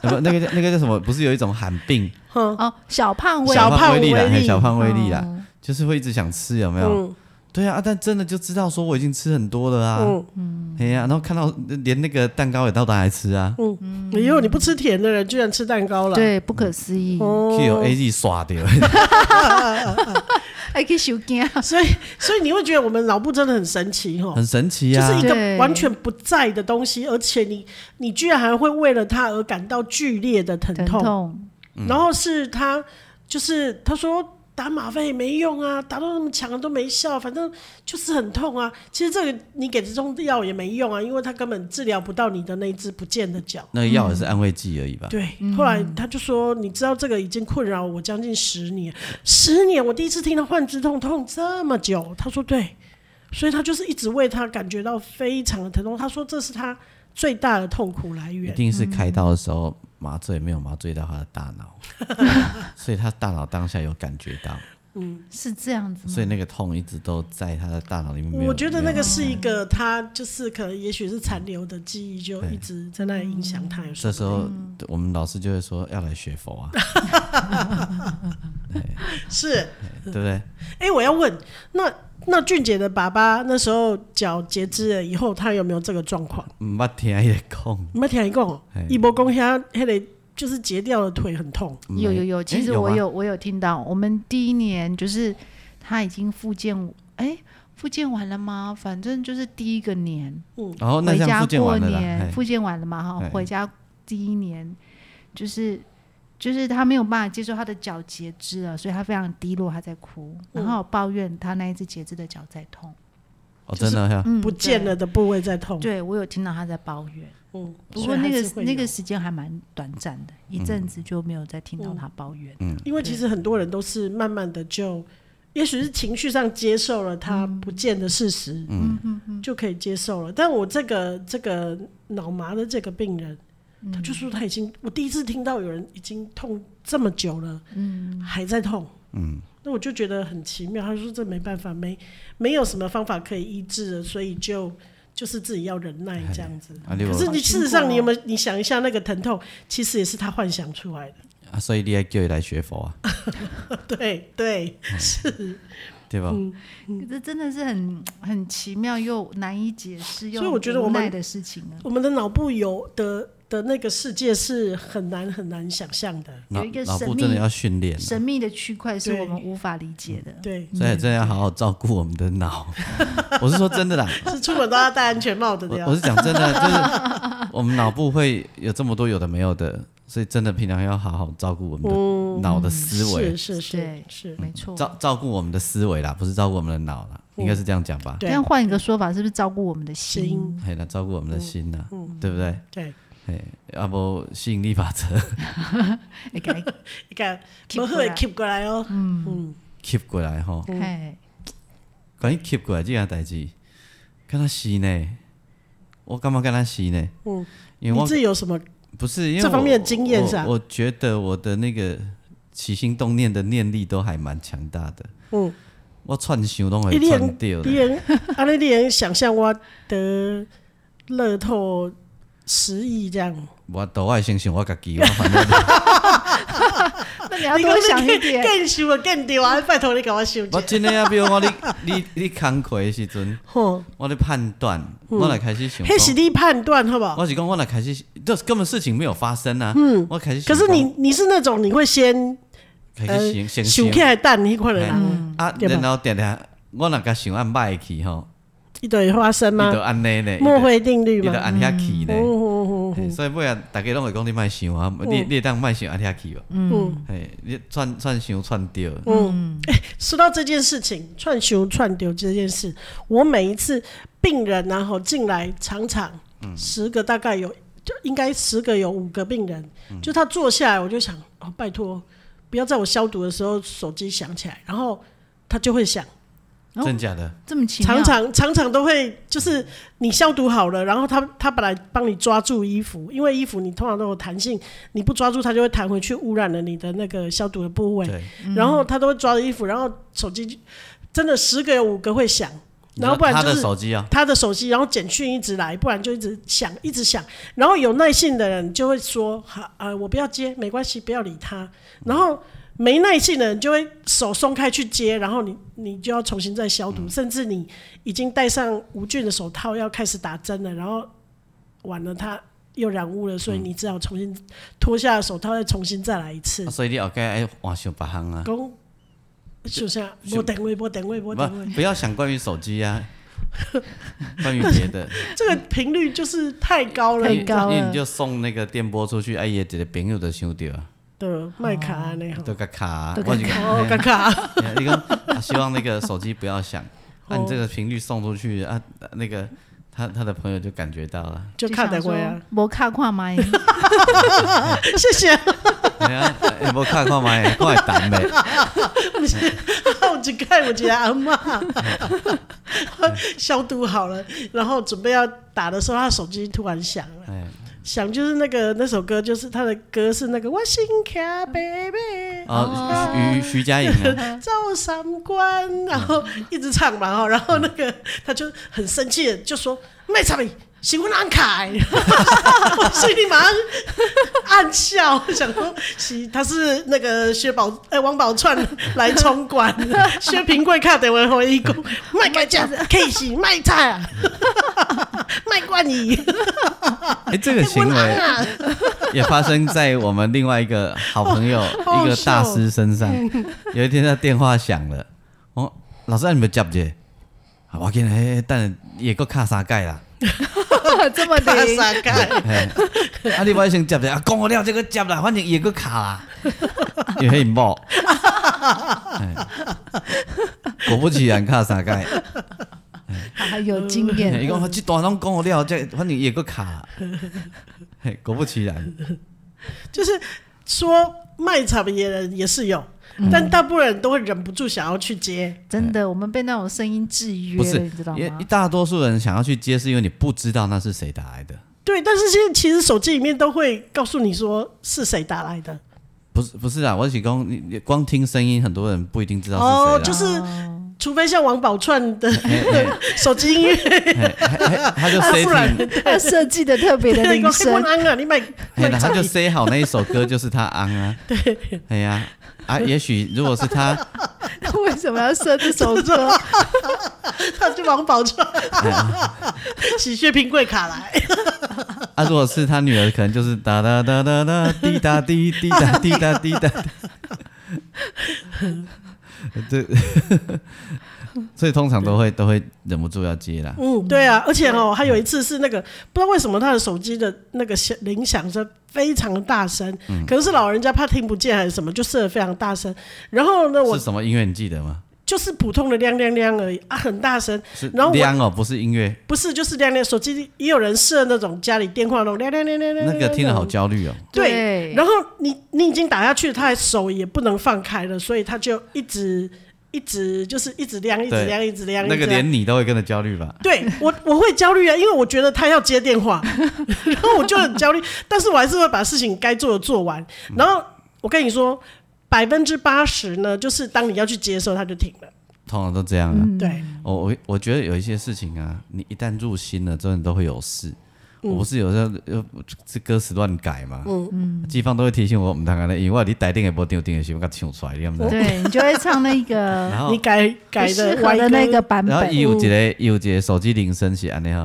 呃不，那个叫那个叫什么？不是有一种喊病，哼，哦，小胖威小胖威力啦，啊威力嘿小胖威力啦，就是会一直想吃，有没有？嗯对啊，啊但真的就知道说我已经吃很多了啊，嗯哎呀，然后看到呃连那个蛋糕也到达来吃啊，嗯，以后你不吃甜的人居然吃蛋糕了，，对，不可思议，去有哦， A G 刷掉，还可以修哎惊， (laughs) 啊所以所以你会觉得我们脑部真的很神奇哦。很神奇就是啊一。个对完全不在的东西，而且你你居然还会为了它而感到剧烈的疼疼痛，痛，然后是他，就是他说打吗啡也没用啊，打到那么强了都没效，反正就是很痛啊。其实这个你给这种药也没用啊，因为他根本治疗不到你的那一只不见的脚。那个药也是安慰剂而已吧。嗯对，啊后来他就说，你知道这个已经困扰我将近十年，十年，我第一次听到幻肢痛痛这么久。他说对。所以他就是一直为他感觉到非常的疼痛。他说这是他最大的痛苦来一源。定是开刀的时候麻醉没有麻醉到他的大 (laughs) 脑，所以他大脑当下有感觉到，是这样子吗？所以那个痛一直都在他的大脑里面没嗯有。我觉得那没有啊个是一个他就是可能也许是残留的记忆，就一直在那里影响他。有时这候时候嗯我们老师就会说要来学佛啊，是对不对？哎、我要问，那那俊杰的爸爸那时候脚截肢了以后，他有没有这个状况？唔捌嗯听伊讲，你们听一共，嘿一波公虾，还得就是截掉了腿很痛，有有有，诶其实有我吗有我有听到，我们第一年就是他已经复健，哎，复健完了吗？反正就是第一个年，然后哦那回这样家复健过完了啦，年，嘿复健完了嘛哈哎，回家第一年就是就是他没有办法接受他的脚截肢了，所以他非常低落，他在哭，嗯然后抱怨他那一只截肢的脚在痛，哦，真的哈，嗯，不见了的部位在痛对。。对我有听到他在抱怨，嗯，不所过以还那是个会那个嗯有，时间还蛮短暂的，一阵子就没有再听到他抱怨。嗯因为其实很多人都是慢慢的就，也许是情绪上接受了他不见的事实，嗯，就可以接受了。但我这个这个脑麻的这个病人，他就说他已经，我第一次听到有人已经痛这么久了，嗯，还在痛，嗯，那我就觉得很奇妙。他说这没办法，没没有什么方法可以医治的，所以就就是自己要忍耐这样子。啊，你可是有你好辛事实上，苦哦你有没有你想一下那个疼痛，其实也是他幻想出来的。 (laughs) 啊，所以你还叫伊来学佛啊，对对，对吧？嗯这真的是很很奇妙又难以解释，又所以我觉得很无我们奈的事情啊。我们的脑部有的的那个世界是很难很难想象的。脑有一个脑神部秘真的要训练啊，神秘的区块是对我们无法理解的。对，所以真的要好好照顾我们的 (laughs) 脑。我是说真的啦，是出门都要戴安全帽的，我对啊吧我是讲真的，就是我们脑部会有这么多有的没有的，所以真的平常要好好照顾我们嗯的脑的思维是，是是对是，没错。照照顾我们的思维啦，不是照顾我们的脑啦，嗯应该是这样讲吧？对但换一个说法，是不是照顾我们的心？心还来照顾我们的心呐，嗯对不对？对，哎，要不吸引力法则 (laughs) 你看，你看， Keep 不会 keep 过来哦。 keep 过来吼，嗯哎，关于 keep 过来这件代志，跟他吸呢，我干嘛跟他吸呢？嗯，因你为我自己有什么？不是因为这方我面的经验是吧我我觉得我的那个起心动念的念力都还蛮强大的。嗯，我串想拢会你串连掉你的，能，阿啊丽，你能想象我得乐透十亿这样？我都爱相信我家己，我反正那你要多想一点。更想啊，更丢啊！拜托你给我想一我下。真的啊，比如我你你你工课的时阵，吼，我咧判断，我来开始想黑是讲，你判断好不好？我是讲我来开始，这根本事情没有发生啊，我开始可想是讲，你你是那种你会先开始想想想想起来蛋那块的人，嘿啊，对吧然后定定我若甲想按歹去吼，一朵花生伊吗就？安尼咧，莫非定律伊就吗？按遐去咧。嗯嗯嘿所以尾啊，大家拢会讲你莫想啊，你你当莫想啊，遐去无？嗯嘿，你串串想串着，嗯。哎，说到这件事情，串修串丢这件事，我每一次病人然后进来常常十个大概有，就应该十个有五个病人，就他坐下来，我就想，哦，拜托，不要在我消毒的时候手机响起来，然后他就会响。哦真假的？这么啊奇常妙，常常常都会就是你消毒好了，然后他他本来帮你抓住衣服，因为衣服你通常都有弹性，你不抓住它就会弹回去，污染了你的那个消毒的部位。对，然后他都会抓着衣服，然后手机就真的十个有五个会响，然后不然他就的是手机啊，他的手机，然后简讯一直来，不然就一直响，一直响。然后有耐性的人就会说：“好啊、我不要接，没关系，不要理他。”嗯然后没耐性的人就会手松开去接，然后你你就要重新再消嗯毒，甚至你已经戴上无菌的手套要开始打针了，然后完了他又染污了，嗯所以你只好重新脱下手套，再重新再来一次啊。所以你后盖哎换想别项啊，公、就像我等位，我等位，我等位不，不要想关于手 (laughs) 机啊，关于别的，这个频率就是太高了太，因高了因为你就送那个电波出去，哎，伊一个朋友就想着啊，对，麦卡安那样。都甲卡，啊就我就哦，尴讲尬。哎你讲啊希望那个手机不 (laughs) 要响，啊，哦你这个频率送出去啊，那个他他的朋友就感觉到了。 (laughs) 就看得回啊，没看看嘛，啊谢谢。啊哎呀，哎无看看嘛，看会弹袂。 (laughs) 我只看我觉得阿妈消毒好了，然后准备要打的时候，他手机突然响了，哎，响就是那个那首歌，就是他的歌是那个我心卡 baby。哦，徐徐徐佳莹啊， (laughs) 照哦三嗯观，然后一直唱嘛哦哈，然后那个他就很生气的就说：“卖惨你，喜欢安 (laughs) 凯。”我心里马上暗笑，想说：“是他是那个薛宝哎、王宝钏来冲 (laughs) 管，薛平贵看得为回一公，卖个价 K 喜卖菜 (laughs) 啊，卖冠仪，哎，这个行安 (laughs) 为啊，也发生在我们另外一个好朋友、 (laughs) 好好一个大笑师 (laughs) 身上。有一天他电话响了，哦，老师，啊你们接不接？啊我见嘿，嘿等下也够卡三盖啦。这么大灵，傻盖。”嘿啊，你不要先接者，啊，讲我了这个接啦，反正伊会个卡啦，因为伊 (laughs) 无。嘿果不其然，卡三盖。哎还有经哎嘿伊验。讲即段拢讲我了，这反正伊会个 (laughs) 卡。嘿果不其然，就是说卖惨的人也是有，嗯但大部分人都会忍不住想要去接。真的，我们被那种声音制约不是了，你知道因为吗一？大多数人想要去接，是因为你不知道那是谁打来的。对，但是现在其实手机里面都会告诉你说是谁打来的。不是不是啊，我是讲你你光听声音，很多人不一定知道哦，是就谁啦。啊是除非像王宝钏的嘿 (laughs) 手机音乐，嘿嘿嘿他就不然 setting，他设计的特别的那铃个黑光 (laughs) 声，安啊，你买嘿买他菜就 say 好那一首歌就是他昂 (laughs) 啊。对，哎呀啊，也许如果是他，为什么要设这首歌？ (laughs) 他就王宝钏，喜鹊平贵卡来，啊，如果是他女儿，可能就是哒哒哒哒哒滴答滴滴答滴答滴答。这， (laughs) 所以通常都会都会忍不住要接啦。嗯，对啊，而且哦，还有一次是那个不知道为什么他的手机的那个响铃响声非常大声，嗯可能是老人家怕听不见还是什么，就设的非常大声。然后呢，我是什么音乐？你记得吗？就是普通的亮亮亮而已啊，很大声，是然后我亮哦，不是音乐。不是就是亮亮。手机也有人设那种家里电话那种亮亮亮亮亮，那个听了好焦虑哦。 (laughs) 对，对然后你你已经打下去，他的手也不能放开了，所以他就一直一直就是一直亮，一直对亮，一直亮，那一直个亮连你都会跟着焦虑吧？对我我会焦虑啊，因为我觉得他要接电话，然后我就很焦虑， (laughs) 但是我还是会把事情该做的做完。然后我跟你说，百分之八十呢，就是当你要去接的时候，他就停了。通常都这样啊。对，我我我觉得有一些事情啊，你一旦入心了，真的都会有事。嗯我不是有时候呃这歌词乱改嘛，嗯嗯，季芳都会提醒我，我们大概呢，因为我你台顶也不定定的时候，我给它唱出来，你知不知？对你就会唱那个然后嗯你改不 (laughs) 改适的合歪的歌那个版然后本伊。有一个伊有一个手机铃声是安尼哈，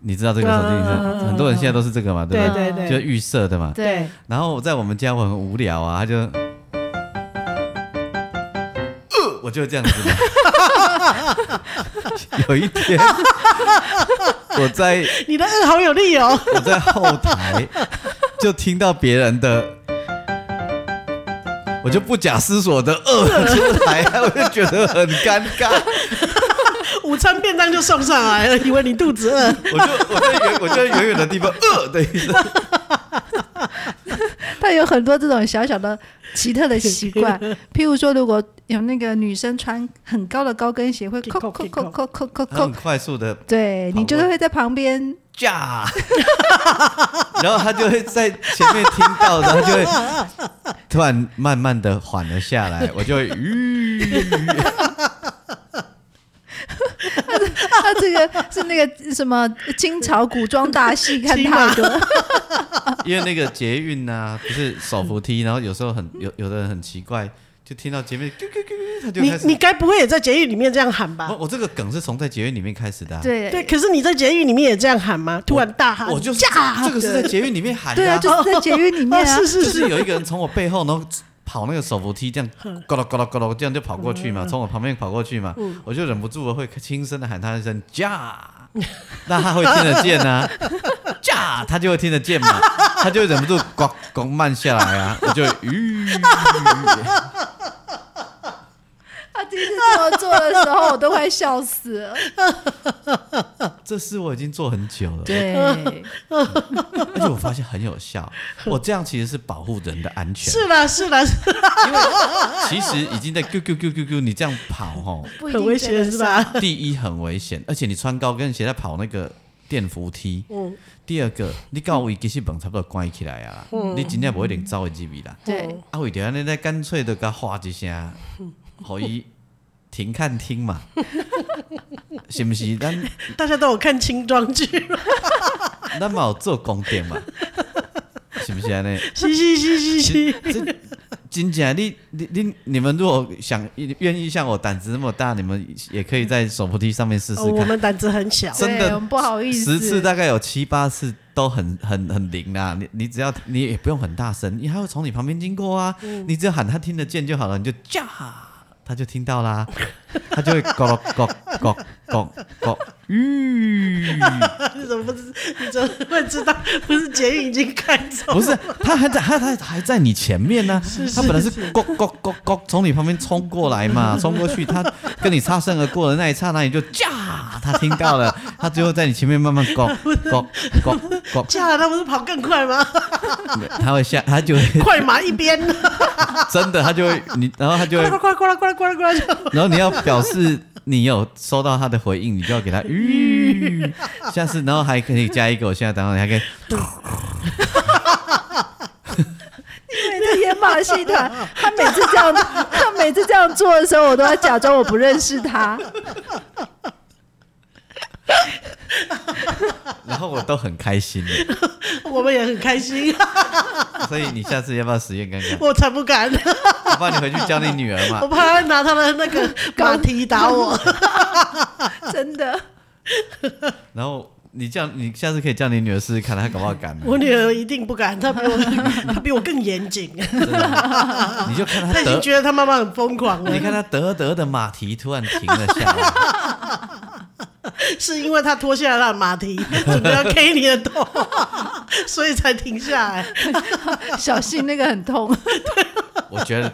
你知道这个手机铃嗯嗯嗯声，很多人现在都是这个嘛，对对不对就对预设的嘛。对，然后我在我们家我很无聊啊，他就，呃我就这样子嘛。 (laughs) 有一天，我在你的二好有力哦，我在后台就听到别人的，我就不假思索的呃出来，我就觉得很尴尬。午餐便当就送上来了，以为你肚子饿。我就我在远我就在远远的地方呃的一声， (laughs) 他有很多这种小小的奇特的习 (laughs) 惯，譬如说，如果有那个女生穿很高的高跟鞋，会扣扣扣扣 (laughs) 扣扣很扣，快速的对你就是会在旁边 (laughs) 驾， (laughs) 然后他就会在前面听到，然后就会突然慢慢的缓了下来，我就会吁，他这个是那个什么清朝古装大戏看太多，因为那个捷运呐、不是手扶梯，然后有时候很有有的人很奇怪，就听到前面啾啾啾啾，他就你开始你。该不会也在捷运里面这样喊吧我？我这个梗是从在捷运里面开始的、啊，，(laughs) 对啊对，可是你在捷运里面也这样喊吗？突然大喊，我就是驾这个是在捷运里面喊对的、啊，就是在捷运里面啊 (laughs) 哦，是是，就是是有一个人从我背后，然后跑那个手扶梯，这样咕噜咕噜咕噜，这样就跑过去嘛，从我旁边跑过去嘛，我就忍不住会轻声的喊他一声“驾”，那他会听得见啊，“驾”他就会听得见嘛，他就忍不住咣咣慢下来啊，我就吁， (laughs) 他第一次这么做的时候，我都快笑死了。这事我已经做很久了，对，而且我发现很有效。我这样其实是保护人的安全，是啦是啦，是其实已经在 Q Q Q Q Q，你这样跑吼，不一定很危险真的是吧？第一很危险，而且你穿高跟鞋在跑那个电扶梯。嗯第二个，你到位其实门差不多关起来啊，你真正不会连走会入去啦。哦对，啊，为着安尼，咱干脆就甲喊一声，互伊停看听嘛，是毋是？咱大家都有看清装剧，咱嘛有做功德嘛，是毋是安尼？嘻嘻嘻嘻嘻其实，这真正你你你你们如果想愿意像我胆子那么大，你们也可以在手扶梯上面试试哦我看。们胆子很小，真的对我们不好意思，十次大概有七八次都很很很灵啦、你你只要你也不用很大声，因为他会从你旁边经过啊，嗯你只要喊他听得见就好了，你就 (laughs) 叫，他就听到啦，他就会咕噜咕咕咕咕，吁，你怎么不知？你怎么会知道？不是捷运已经开走？不是，他还在他他还在你前面呢、啊是是他本来是咕咕咕咕从你旁边冲过来嘛，冲过去，他跟你擦身而过的那一刹那，你就 (laughs) 叫，他听到了，他最后在你前面慢慢咕咕咕咕，架他不是跑更快吗？他会下，他就会快马一边，真的，他就会你，然后他就 (laughs) 过会来，过来过来过来过来过来，然后你要表示你有收到他的回应，你就 (laughs) 要给他吁，下次然后还可以加一个，我现在等会还可以，每次演马戏团， (laughs) 他每次这样， (laughs) 他每次这样做的时候，我都要假装我不认识他。然后我都很开心的，我们也很开心，所以你下次要不要实验看看？我才不敢，我怕你回去教你女儿我嘛，怕他会拿他的那个马蹄打我。真的，然后你叫你下次可以叫你女儿试试看，她搞不好敢呢。啊我女儿一定不敢，她比我她比我更严谨，真的你就看她她已经得，觉得她妈妈很疯狂了，你看她得得的马蹄突然停了下来。是因为她脱下了她的马蹄，准备要 K 你的头，所以才停下来。小心那个很痛。 (laughs) 我觉得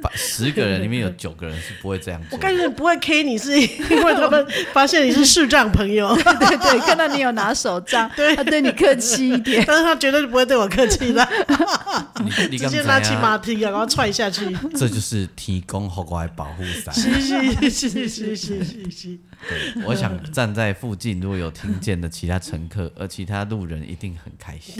把十个人里面有九个人是不会这样我做的。感觉不会 K 你，是因为他们发现你是视障朋友，对对对，看到你有拿手杖，对他对你客气一点。但是他绝对不会对我客气的，你你直刚接拿起才啊马蹄然后踹下去。 (laughs) 这就是提供后来保护伞。是是是是是是是，对，我想站在附近，如果有听见的其他乘客，而其他路人一定很开 (laughs) 心，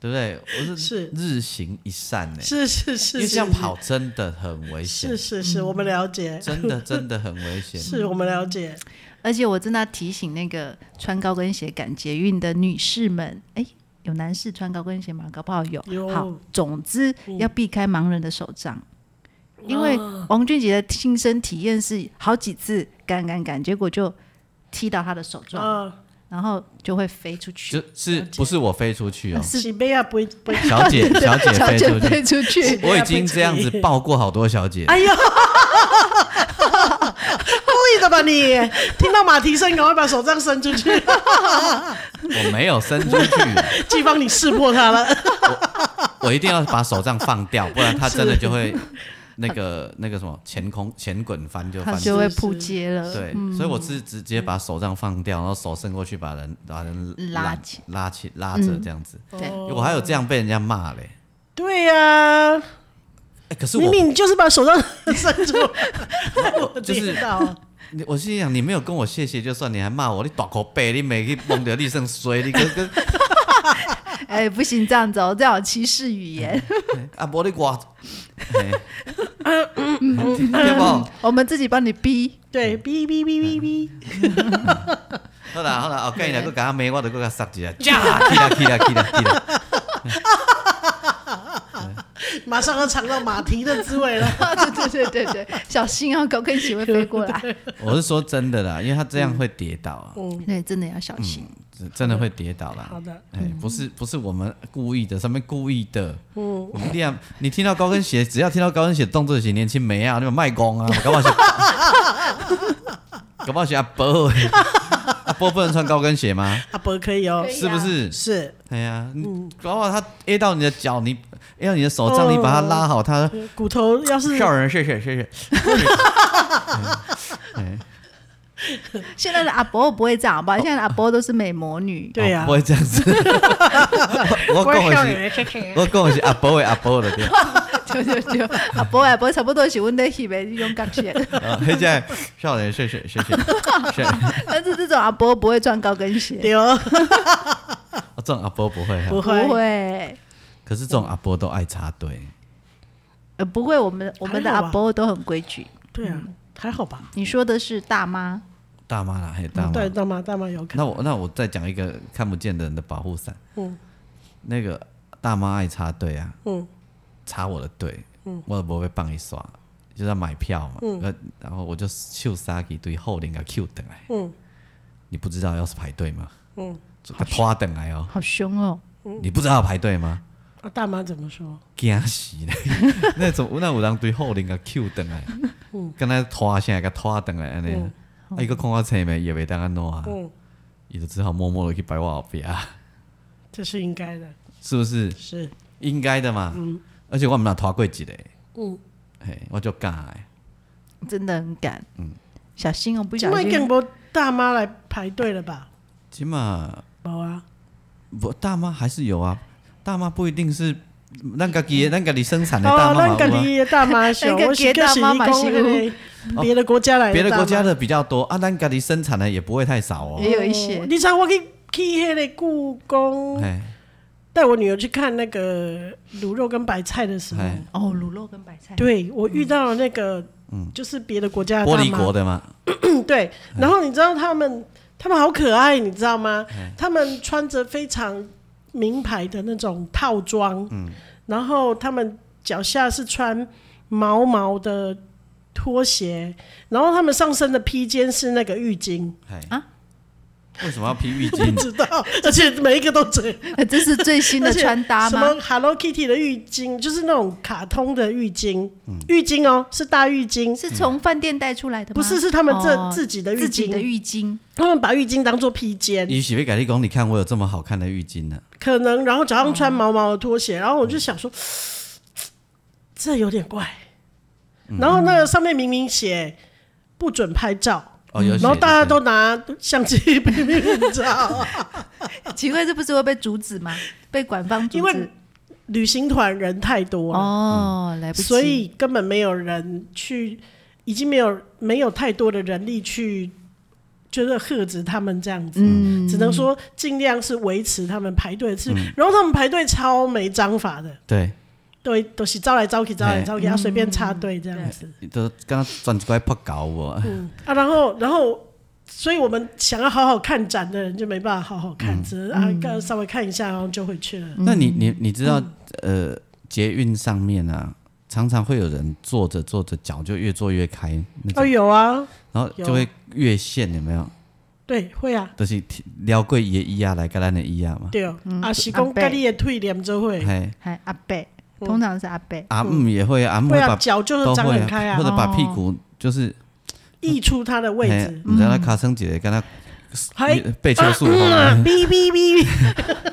对不对？我是日行一善呢、是是因是为是这样跑真的很危险是，是是，我们了解，真的真的很危险。是我们了解，而且我真的要提醒那个穿高跟鞋赶捷运的女士们，哎，有男士穿高跟鞋吗？搞不好有。嗯啊有好，总之要避开盲人的手杖，因为王俊杰的亲身体验是好几次赶赶赶，结果就踢到他的手杖，啊，然后就会飞出去。就是不是我飞出去哦，西贝亚不会不会，小姐小姐小飞 (laughs) 姐出飞去，出去，我已经这样子抱过好多小姐。哎呦，故意的吧你？听到马蹄声，赶快把手杖伸 (laughs) 出去，我没有伸出去，季芳你识破他了，我一定要把手杖 (laughs) 放掉，不然他真的就会那个那个什么前空前滚翻就他翻就会嗯扑街了。对，所以我是直接把手杖放掉，然后手伸过去把人把人嗯拉拉起嗯拉起拉着这样子。对我还有这样被人家骂嘞，对呀，哎，可是明我明你就是把手杖伸 (laughs) 出来，我就是知道。你我心里想，你没有跟我谢谢就算，你还骂我，你大口背，你没去蒙着立正衰，你跟跟 (laughs) 哎，不行，这样子哦，这样有歧视语言。啊，无你挂，嘿嗯对不？ (laughs) 我们自己帮你逼， (laughs) 对，哔哔哔哔哔，好啦好啦，后盖若佫甲我骂，我就佫甲塞 (laughs) 一下，炸起来起来起来起来，马上要尝到马蹄的滋味了。对对对对对，小心哦，高跟鞋会飞过来。 (laughs) 我是说真的啦，因为他这嗯样会跌倒啊， (laughs) 对，真的要小心。真真的会跌倒啦。好的，嗯哎、不是不是我们故意的，上面故意的。嗯，你这样，你听到高跟鞋，只要听到高跟鞋动作的是年轻妹啊，那种卖 (laughs) 光啊，搞不好是，搞不好是阿伯的， (laughs) 阿伯不能穿高跟鞋吗？阿伯可以哦可，以啊是不是？是哎呀，嗯你搞不好他 A 到你的脚，你 A 到你的手杖，你把哦它拉好，他嗯骨头要是 (laughs) 笑人，谢谢谢谢。哎哎现在的阿伯不会这样，好不好？现在的阿伯都是美魔女， (laughs) 对呀、哦不会这 (laughs) 样子。我我讲的是，我讲的是阿伯的阿伯的对。就就就阿伯阿伯差不多是阮在翕的这种感 (laughs) 觉。啊，现在少年是是是是是， (laughs) 但是这种阿伯不会穿高跟鞋，对哦，哦这种阿伯不会哈不，不会，会，可是这种阿伯都爱插队。呃，不会。我们我们的还好阿吧伯都很规矩。对啊，嗯还好吧？你说的是大妈，大妈啦，还有大妈。对，大妈大妈有可那能，我那我再讲一个看不见的人的保护伞。嗯那个大妈爱插队啊，嗯插我的队，我不会帮你刷，就是要买票嘛。嗯呃然后我就秀杀给对后领个 Q 等来，嗯你不知道要是排队吗？嗯，就给拖等来哦，好凶哦。你不知道要排队吗？啊大妈怎么说？惊死 (laughs) 嘞！那种那有人对后领个 Q 等来，啊嗯跟他拖下个拖等来安尼啊，啊伊个看我车没也袂当安怎啊，嗯，伊就只好默默的去摆我后边啊，这是应该的，是不是？是应该的嘛。而且我们俩拖过一个，嗯，嘿，我就尬的。真的很敢，小心哦，不今小麦更心。不大妈来排队了吧？起码没啊，不大妈还是有啊，大妈不一定是咱家己的咱家己生产的啊大嗯哦，妈那嘛，个有吗？你的大妈那 (laughs) 小，个我给大妈嘛讲是有那个别的国家来哦别的大国家妈的比较多啊，咱家己生产的也不会太少哦。也有一些哦你知道我去去那个故宫哎，带我女儿去看那个卤肉跟白菜的时候，哎哦，卤肉跟白菜，对我遇到了那个，就是别的国家的嗯玻大璃国妈，的嘛，对。然后你知道他们，他们好可爱，你知道吗？他们穿着非常名牌的那种套装，然后他们脚下是穿毛毛的拖鞋，然后他们上身的披肩是那个浴巾，哎啊，为什么要披浴不 (laughs) 巾？知道，而且每一个都这样。 (laughs) 呃这是最新的 (laughs) 而且穿搭什吗？么 Hello Kitty 的浴巾，就是那种卡通的浴巾，浴巾哦，是大浴巾，是从饭店带出来的吗？不是是他们这、哦自己的浴自己的巾，浴巾，他们把浴巾当做披肩，伊是要跟你讲，你看我有这么好看的浴巾呢、可能然后脚上穿毛毛的拖鞋，然后我就想说， (sniffs) 这有点怪，然后那个上面明明写不准拍照。哦，有嗯然后写大家就都拿相机 (laughs) 拼命照，奇怪，这不是会被阻止吗？ (laughs) 被管方阻因为止旅行团人太多了，哦，来不及。所以根本没有人去，已经没有没有太多的人力去，就是呵止他们这样子，嗯，只能说尽量是维持他们排队的次序。然后他们排队超没章法的，对，对，都是招来招去，招来哎招去，啊他随便插队这样子都刚刚转出来破哦搞我，啊。然后，然后，所以我们想要好好看展的人就没办法好好嗯看，只是啊，刚稍微看一下，然后就回去了。那你嗯你你知道、呃，捷运上面啊，常常会有人坐着坐着脚就越坐越开那哦，种，有啊，然后有就会越线，有没有？对，会啊，就是撩过伊的椅啊，来跟咱的椅啊嘛。对哦，啊，是阿讲伯跟你的腿连就会，嘿，还阿贝，通常是阿贝，阿姆也会，阿姆会会啊，把脚就是都张会很开啊或，者把屁股就是溢出它的位置嗯哎嘿，，你知道卡生姐跟他还背球术后啊来，哔哔哔，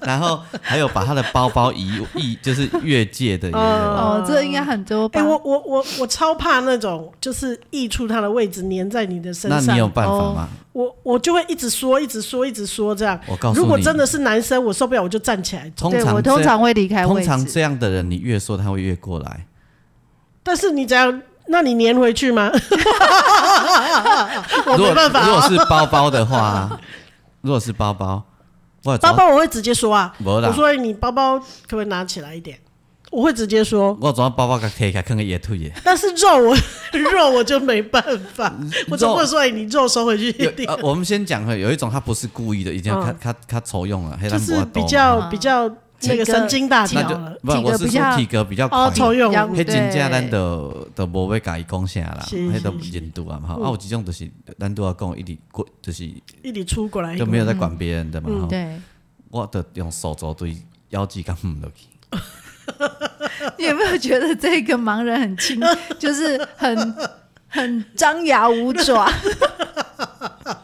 然后还有把他的包包移移，就是越界的也有。哦，这应该很多吧哎，？我我我我超怕那种就是溢出它的位置粘在你的身那你有上，办法吗？我我就会一直缩，一直缩，一直缩这样。我告诉哦你，如果真的是男生，我受不了，我就站起来。通对常我这通常会离开通位常置，这样的人，你越说他会越过 (laughs) 来。但是你怎样？那你粘回去 (laughs) 吗？ (laughs) 我如果没办法如果啊，是包包的话， (laughs) 如果是包包，我有包怎包我会直接说啊，没啦我说你包包可不可以拿起来一点？我会直接说， (laughs) 我怎包包给摕起来，看个野兔耶。但是肉我肉我就没办法，嗯我总不能说哎你肉收回去 (laughs) 有 (laughs) 一点呃，。我们先讲哈，有一种他不是故意的，一定要他他他仇用了，黑就兰是博比多，较比较嗯那个几个神经大条啊那就了。不，我是说体格比较哦，头宽。用养迄真正咱都都无要甲伊讲啥啦，是迄都是嗯认度啊嘛。吼啊，有一种就是咱都要讲一直过，就是一里出过来，就没有在嗯管别人的嘛。吼嗯 (laughs) 对，我得用手肘对腰肌甲唔落去。你有没有觉得这个盲人很 (laughs) 轻，就是很很张牙 (laughs) 舞爪？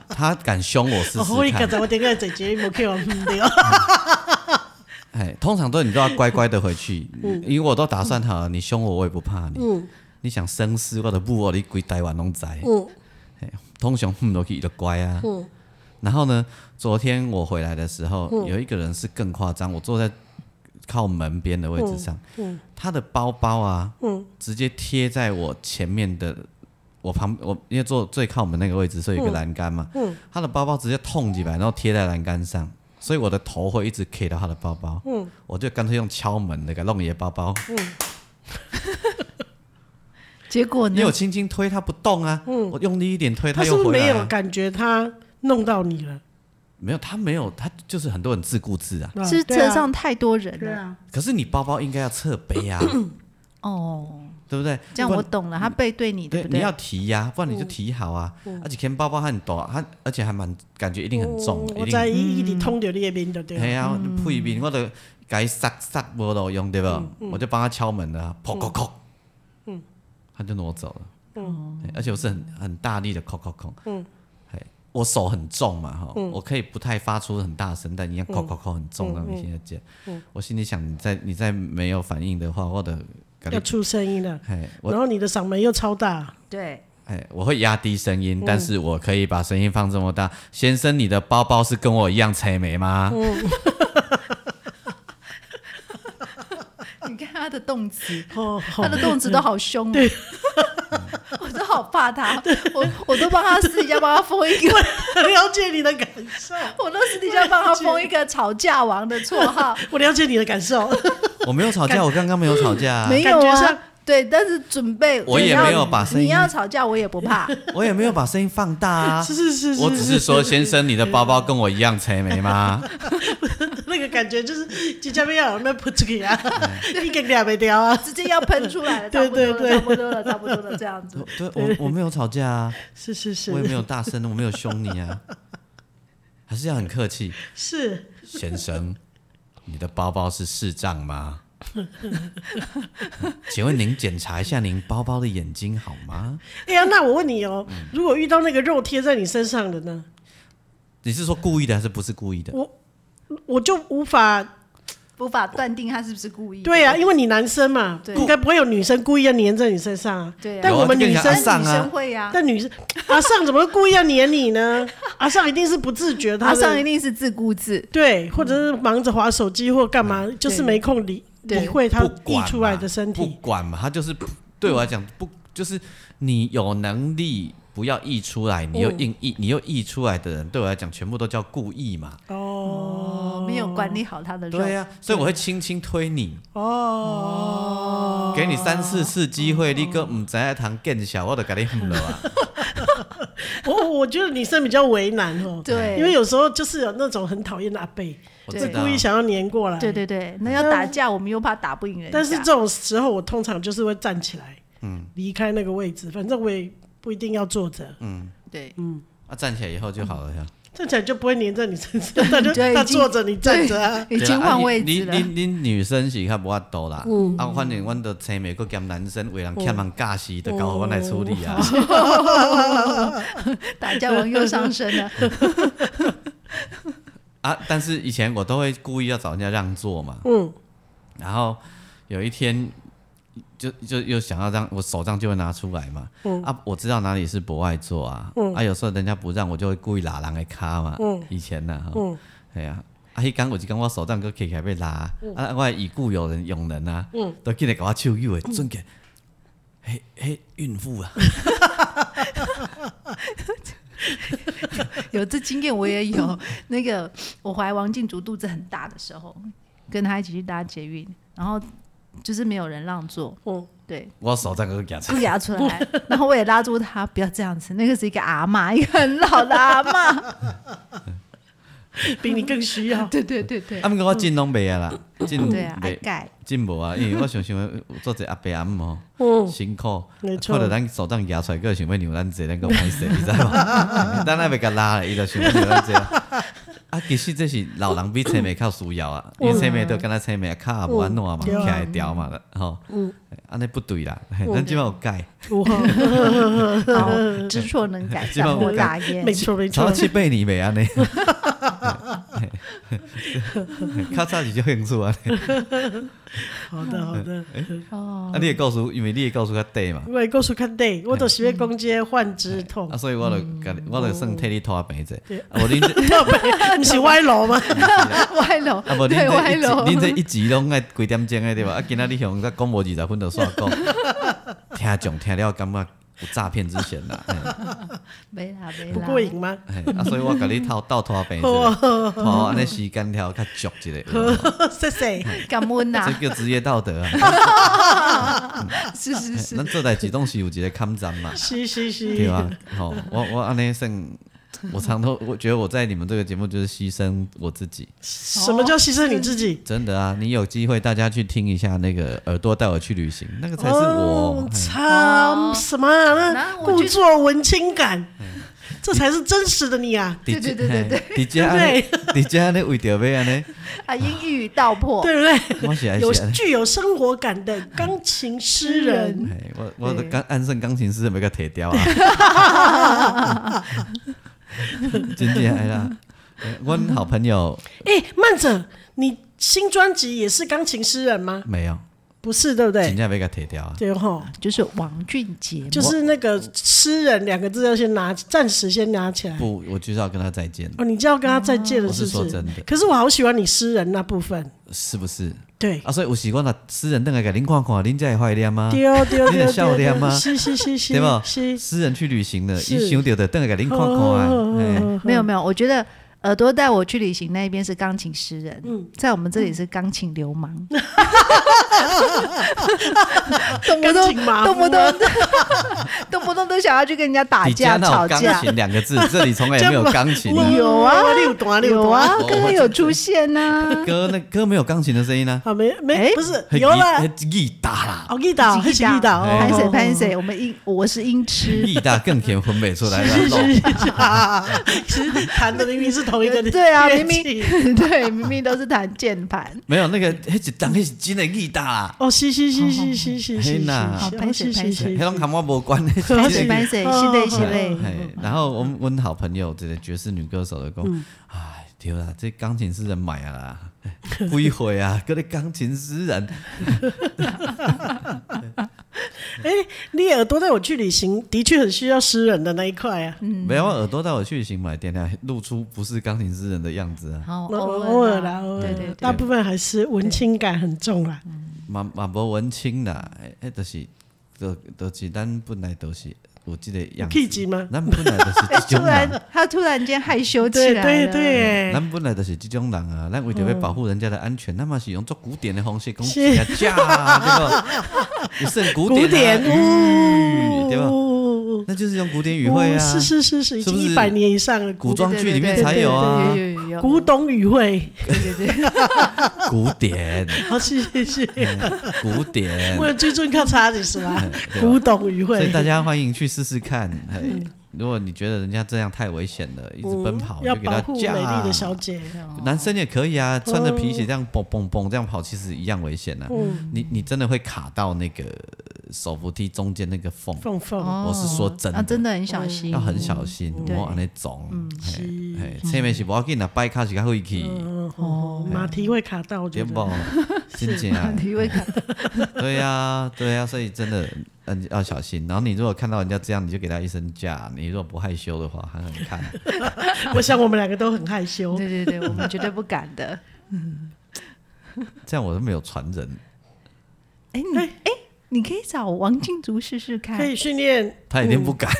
他敢凶我试哦我试一个看。在我点个姐姐没去玩对哦，哎，通常都你都要乖乖的回去，嗯因为我都打算好了，你凶我我也不怕你。你想生事我都不我你鬼台湾拢知。嗯通常哼都可以的乖啊。嗯然后呢，昨天我回来的时候，有一个人是更夸张，我坐在靠门边的位置上，嗯他的包包啊，直接贴在我前面的。我旁我因为坐最靠门那个位置，所以嗯有一个栏杆嘛，他的包包直接痛几百，然后贴在栏杆上，所以我的头会一直 K 到他的包包，我就干脆用敲门的给他弄爷包包，结果因呢为我？轻轻推他不动啊，我用力一点推他 (laughs) 他是 (laughs) 不又是回没来、有啊，感觉他弄到你了？没有他没有他就是很多人自顾自啊，啊是对啊车上太多人对了。啊，可是你包包应该要侧背啊，哦， (clears throat) 对不对？这样不我然懂了，他背对你，对不你对要？提呀、不然你就提好啊，而且钱包包很大，它而且还蛮感觉一定很重，嗯我一在定。一一嗯里通着列兵的对嘿啊，啊，配面我都该塞塞无路用对吧？我就帮他敲门了，砰砰砰，他就挪走了。哦嘿而且我是很很大力的叩叩叩，嗯，我手很重嘛哈，我可以不太发出很大声，但一样叩叩叩很重，让你听得见。我心里想，你再你再没有反应的话，我的感要觉，出声音了，嘿，我然后你的嗓门又超大，对，哎，我会压低声音，但是我可以把声音放这么大。先生，你的包包是跟我一样垂眉吗？你看他的动词，哦， (laughs) 他的动词都好凶哦。 (laughs) 我都好怕 (laughs) 他，我我都帮他私底下帮他封一个，很了解你的感受，我都私底下帮他封一个吵架王的绰号。我了解你的感受，我没有吵架，我刚刚没有吵架、(laughs) (laughs) 啊，没有感觉上啊，对，但是准备我也你要没有把声音你要吵架我也不 (laughs) 怕，我也没有把声音放大 (laughs) 啊是。是是是，我只是说，先生，你的包包跟我一样垂眉吗？那个感觉就是几家不要那扑出 (laughs) 去啊，一个俩没掉啊，直接要喷出来了，差对不多对了，差不多了，差不多了，这样 (laughs) 子。 (laughs) 对，我我没有吵架啊，是是我也是没有大声，我没有凶你啊， (laughs) 还是要很客气。是，先生，你的包包是视障吗？ (laughs) 请问您检查一下您包包的眼睛好吗？哎呀，那我问你嗯哦，如果遇到那个肉贴在你身上的呢，你是说故意的还是不是故意的？我就无法无法断定他是不是故意。啊对呀、啊因为你男生嘛，对应该不会有女生故意要粘在你身上啊。对啊但我们女有啊生但阿，尚女啊生会呀、但女生阿尚怎么会故意要粘你呢？阿尚一定是不自觉，阿他尚一是定是自顾自。对，或嗯者是忙着划手机或干嘛，就是没空理对理会他不溢管啊出嘛来的身不体。管嘛，他就是不对我来讲不就是你有能力不要溢出来，嗯你又硬溢，你又溢出来的人，对我来讲全部都叫故意嘛。哦，没有管理好他的肉。对啊呀、所以我会轻轻推你，嗯哦，给你三四次机会，你个唔知在堂更小，我都给你哼了啊。我哦我觉得女生比较为难哦，对因为有时候就是有那种很讨厌的阿贝，我对知道故意想要粘哎过来。对对对，那要打架，我们又怕打不赢人家。但是这种时候，我通常就是会站起来，嗯，离开那个位置，反正我也不一定要坐着，嗯对啊，站起来以后就好了呀。站起来就不会粘在你身上，他就对他已经坐着你站着啊，已经换位置了对啦啊。你你你你女生是较无法度啦，嗯啊，反正阮都青眉，佮兼男生为人欠人教死，就交互阮来处理哦啊。打架王又上身 (laughs) 了。啊，但是以前我都会故意要找人家让座嘛，嗯，然后有一天就就又想要让我手杖就会拿出来嘛，啊，我知道哪里是博爱座啊，啊，有时候人家不让我就会故意拉人的卡嘛，以前呐、啊，哎呀、啊，迄天我就讲我手杖搁起起来被拉，啊，我的已故友人用人啊，都进来给我手语的，准个，嘿嘿，孕妇啊，有这经验我也有。那个我怀王静竹肚子很大的时候，跟他一起去搭捷运，然后就是没有人让座，嗯，对，我手杖搁夹出不给他出 (laughs) 来，然后我也拉住他，不要这样子，那个是一个阿嬷，一个很老的阿 (laughs) 嬷。比你更需 (laughs) 要。对对对对来，啊，，毋过我进拢袂啊啦，进对啊，爱袂改。进步啊，因为我想想要做者阿伯阿姆吼，嗯辛苦，没错看到咱手杖举出来，个想要让咱坐，咱个歹势，你知道吗？咱那边甲拉了，伊就想要让咱坐。啊，其实这是老人比青梅较需要啊，因为青梅都敢若青梅卡也无安怎嘛，对啊徛会调嘛，吼，安尼不对啦，嘿咱即摆有改，五号，好，知错能改， (laughs) 基善本上莫我大 (laughs) 没焉。错没差不错多，七八年袂安尼。咔嚓你就用出来，好的好的，哦啊，你也告诉，因为你也告诉他对嘛，我告诉看对，我都是要攻击换肢痛啊，，所以我就跟你，我就算替你拖白者对，啊，我恁 (laughs) 这，不是歪楼吗？歪楼啊，无，对歪恁楼这一集，恁这一集拢爱几点钟的对吧？啊，今仔你向再讲无二十分就煞讲， (laughs) 听众听了感觉有诈骗之嫌啦，嘿没啦没啦，不过瘾吗？ (laughs) 嘿啊，所以我甲你套倒拖白者，拖安尼时间条较足一个，(laughs) 有无谢谢。，感恩呐，这叫职业 (laughs) 道德啊。是是嘿咱是，做代志总是有一个抗战嘛是是对啊是，吧？吼、我我安尼算，我常都我觉得我在你们这个节目就是牺牲我自己，什么叫牺牲你自己？真的啊！你有机会大家去听一下那个耳朵带我去旅行，那个才是我哦，，操什么啊？那那我故就作文青感， (laughs) 这才是真实的你啊，嘿 (laughs) 对对对对，迪迦安尼，迪迦安尼为着要安尼，啊，英语道破，对不对？我是爱有写。具有生活感的钢琴诗人， (laughs) 嘿我我的钢安圣钢琴师没个提掉啊，啊 (laughs) 真正爱啦！嘿我好朋友哎，慢着，你新专辑也是钢琴诗人吗？没有，不是，对不真对？正没个提掉啊。对吼，就是王俊杰嘛，就是那个“诗人”两个字要先拿，暂时先拿起来。不，我就是要跟他再见。哦，你就要跟他再见了，嗯我是是不说是？真的，可是我好喜欢你诗人那部分，是不是？对，啊，所以有时我若私人登来给您看看，恁才会怀念吗？丢丢你的丢笑丢脸吗丢，是是是是，对吧是，私人去旅行的，是伊想到的登来给您看看哦啊。没有没有，我觉得耳朵带我去旅行那一边是钢琴诗人，嗯在我们这里是钢琴流氓，动不钢动琴麻动木不啊动 (laughs) 动不动都想要去跟人家打底架加吵到钢架。琴两个字，这里从来没有钢琴。 (laughs) 有啊六段六有啊段，，我哦刚刚有出现啊 (laughs) 呐、歌那歌没有钢琴的声音啊呢，好没没哎不是有了，吉他啦， (laughs) 我给你打，一起给你打，哎潘哦谁潘，谁，我们音我是音 (laughs) 痴，吉他更甜混不出来是了。是是啊，其实弹的明明是同一个对啊，乐明器明 (laughs) 对明明都是弹键盘， (laughs) 没有那个，那是当那是真的吉他啦，哦，是是是是是是嘿是，呐是是哦好拍手是是拍手是迄拢和我无关。潘谁潘谁，哦是嘞哦是嘞，嘿然后我们我们好朋友这个爵士女歌手就嗯讲，哎，对啦，这钢琴诗人买啊啦， (laughs) 几回啊， (laughs) 搁咧钢琴诗人，哎、你耳朵带我去旅行，的确很需要诗人的那一块啊。没有我耳朵带我去旅行买点点，露出不是钢琴诗人的样子啊，然后那哦偶尔啦，偶尔对对大部分还是文青感很重啦。嘛嘛无文青啦，迄就是，就就是咱本来就是有这个样气子，质吗？咱本来就是哎，这突种 (laughs) 人。啊然他突然间害羞起对来对了对，咱本来就是这种人啊，咱为着要保护人家的安全，那么是用做古典的方式讲是 (laughs) 假假啊，对吧？也算古古典典啊，语对吧？哦，那就是用古典语汇啊，是是是是，已是经不是一百年以上了，古古装剧里面才有啊有，有有有，古董语 (laughs) 汇。对对对，古典，好，谢谢 (laughs) 谢哎谢。古 (laughs) 典为，了追踪看差几十啦，哎对吧啊古董语所汇以。大家欢迎去试试看。嘿，嗯如果你觉得人家这样太危险了，一直奔跑，哦要就给保他护美架啊丽的小姐。男生也可以啊，穿着皮鞋这样蹦蹦蹦这样跑，其实一样危险啊。你你真的会卡到那个手扶梯中间那个缝，凤凤，哦我是说真的啊，真的很小心，要很小心，哦对莫安尼撞。嘿，嘿，侧嗯面是无要紧啦，掰卡是较会去，哦，马蹄会卡到，我觉得。对不？ (laughs) 真正啊。体会感对呀、对啊呀、所以真的，嗯，要小心。然后你如果看到人家这样，你就给他一声架。你如果不害羞的话，狠狠 (laughs) 看。我想我们两个都很害羞。对对对，我们绝对不敢的。这样我都没有传人，哎，你哎，你可以找王静竹试试可看，以训练，他一定不敢，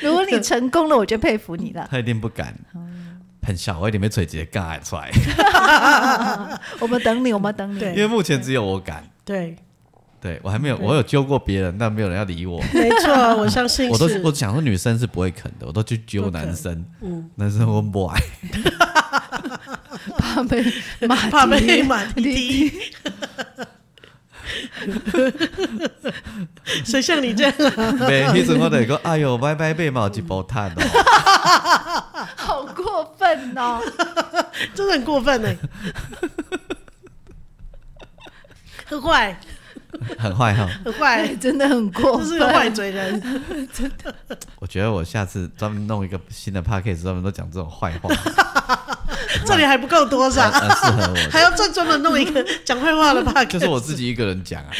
如果你成功了，我就佩服你了。 (laughs) 他一定不敢。很小，我一定被锤直接尬出来，我们等你，我们等对你。因为目前只有我敢。 (laughs) 对，对我还没有，我有揪过别人，但没有人要理我。没错，我相信我都是嗯我想说女生是不会啃的，我都去揪不肯男生，男生我不 (laughs) 爱。怕被马怕被马蹄踢。 (laughs) 谁像你这样啊？没，那时候我就会说，哎呦，拜拜，被毛一波炭哦。 (laughs) 好过分哦！欸真的很过分呢、很坏，很坏哦哈。很坏哎，，真的很过这是个分。坏嘴人。我觉得我下次专门弄一个新的 p a c k a g e 专门都讲这种坏 (laughs) 话，这里还不够多很少，很适合我 (laughs) 还的。要再专门弄一个讲坏话的 bug， (laughs) 就是我自己一个人讲啊。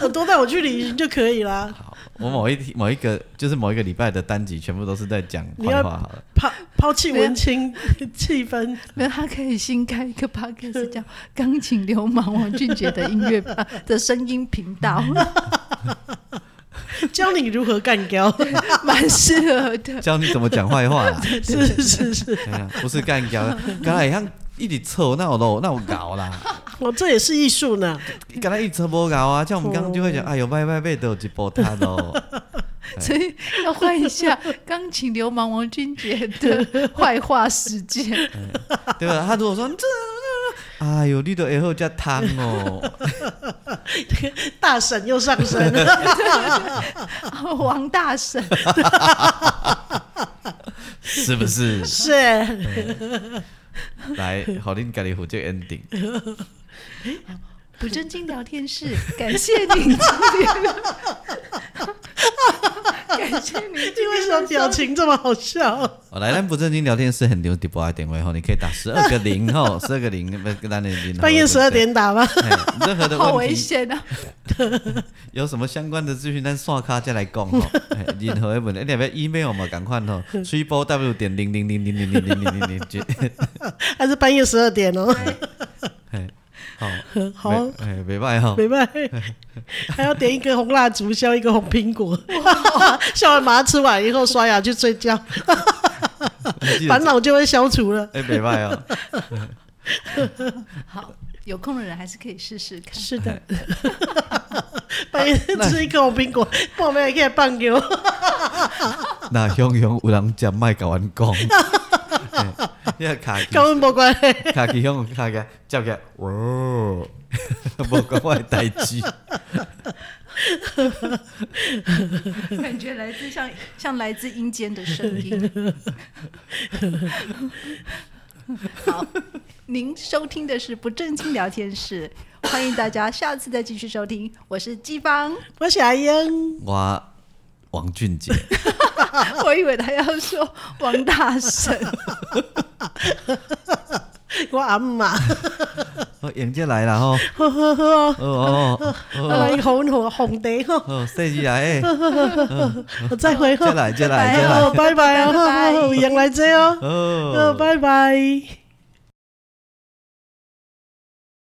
耳朵带我去旅行就可以啦。好，我某一天某一个就是某一个礼拜的单集，全部都是在讲你坏要话好了。抛抛弃文青气氛，没有，他可以新开一个 podcast 叫《钢琴流氓》王俊杰的音乐吧的声音频道，教你如何干 (laughs) 掉。蛮适合的。教你怎么讲坏话 (laughs) 啦。是是是，哎呀，不是干掉，刚才像一直臭，那我都那我搞啦。我哦这也是艺术呢。刚才一直不搞啊，像我们刚刚就会讲，哎呦，拜拜拜，都有一波他喽。所以要换一 (laughs) 下《钢琴流氓》王俊杰的坏话时间。 (laughs) 对吧？他如果说你这，哎呦，你都以后叫汤哦，大神又上 (laughs) 身，王大神，是不是？是来，好，你家己负责 ending。不正经聊天室，感谢您今天， (laughs) 感谢您今天 (laughs) 因为什么表的收情这么好笑？我来，咱不正经聊天室很牛直播的电话吼，你可以打十二个零吼，十二个零，不，咱的零。半夜十二点打吗？嘿，任何听，的好问危题，险啊！有什么相关的资讯，咱刷卡再来讲吼。嘿任何的问题，你要不要 email 嘛，赶快吼，吹波 w 点零零零零零零零零零零。还是半夜十二点哦？嘿，好，好没，哎，没办吼，没办法，还要点一根红蜡烛，削一个红苹果，削完把它吃完以后刷牙去睡觉，你记得烦恼就会消除了。哎，没办哦。 (laughs) 好，有空的人还是可以试试看。是的，半夜吃一根红苹果，不然也可以放给我。那雄雄有人食，莫甲阮 (laughs) 讲。你个卡跟机，我们无关系。卡机凶卡个，接个，哇，无讲我的代志。感觉来自像像来自阴间的声音。好，您收听的是不正经聊天室，欢迎大家下次再继续收听。我是季芳，我是阿英，我王 (laughs) 俊杰，我以为他要说王大神，我阿姆啊，我迎接来啦吼，呵呵呵，哦哦哦来红红红的吼，哦，说起来，我再回吼哎再，来再来再拜来，哦，拜拜拜拜哦，杨来这哦，哦哦，。拜拜。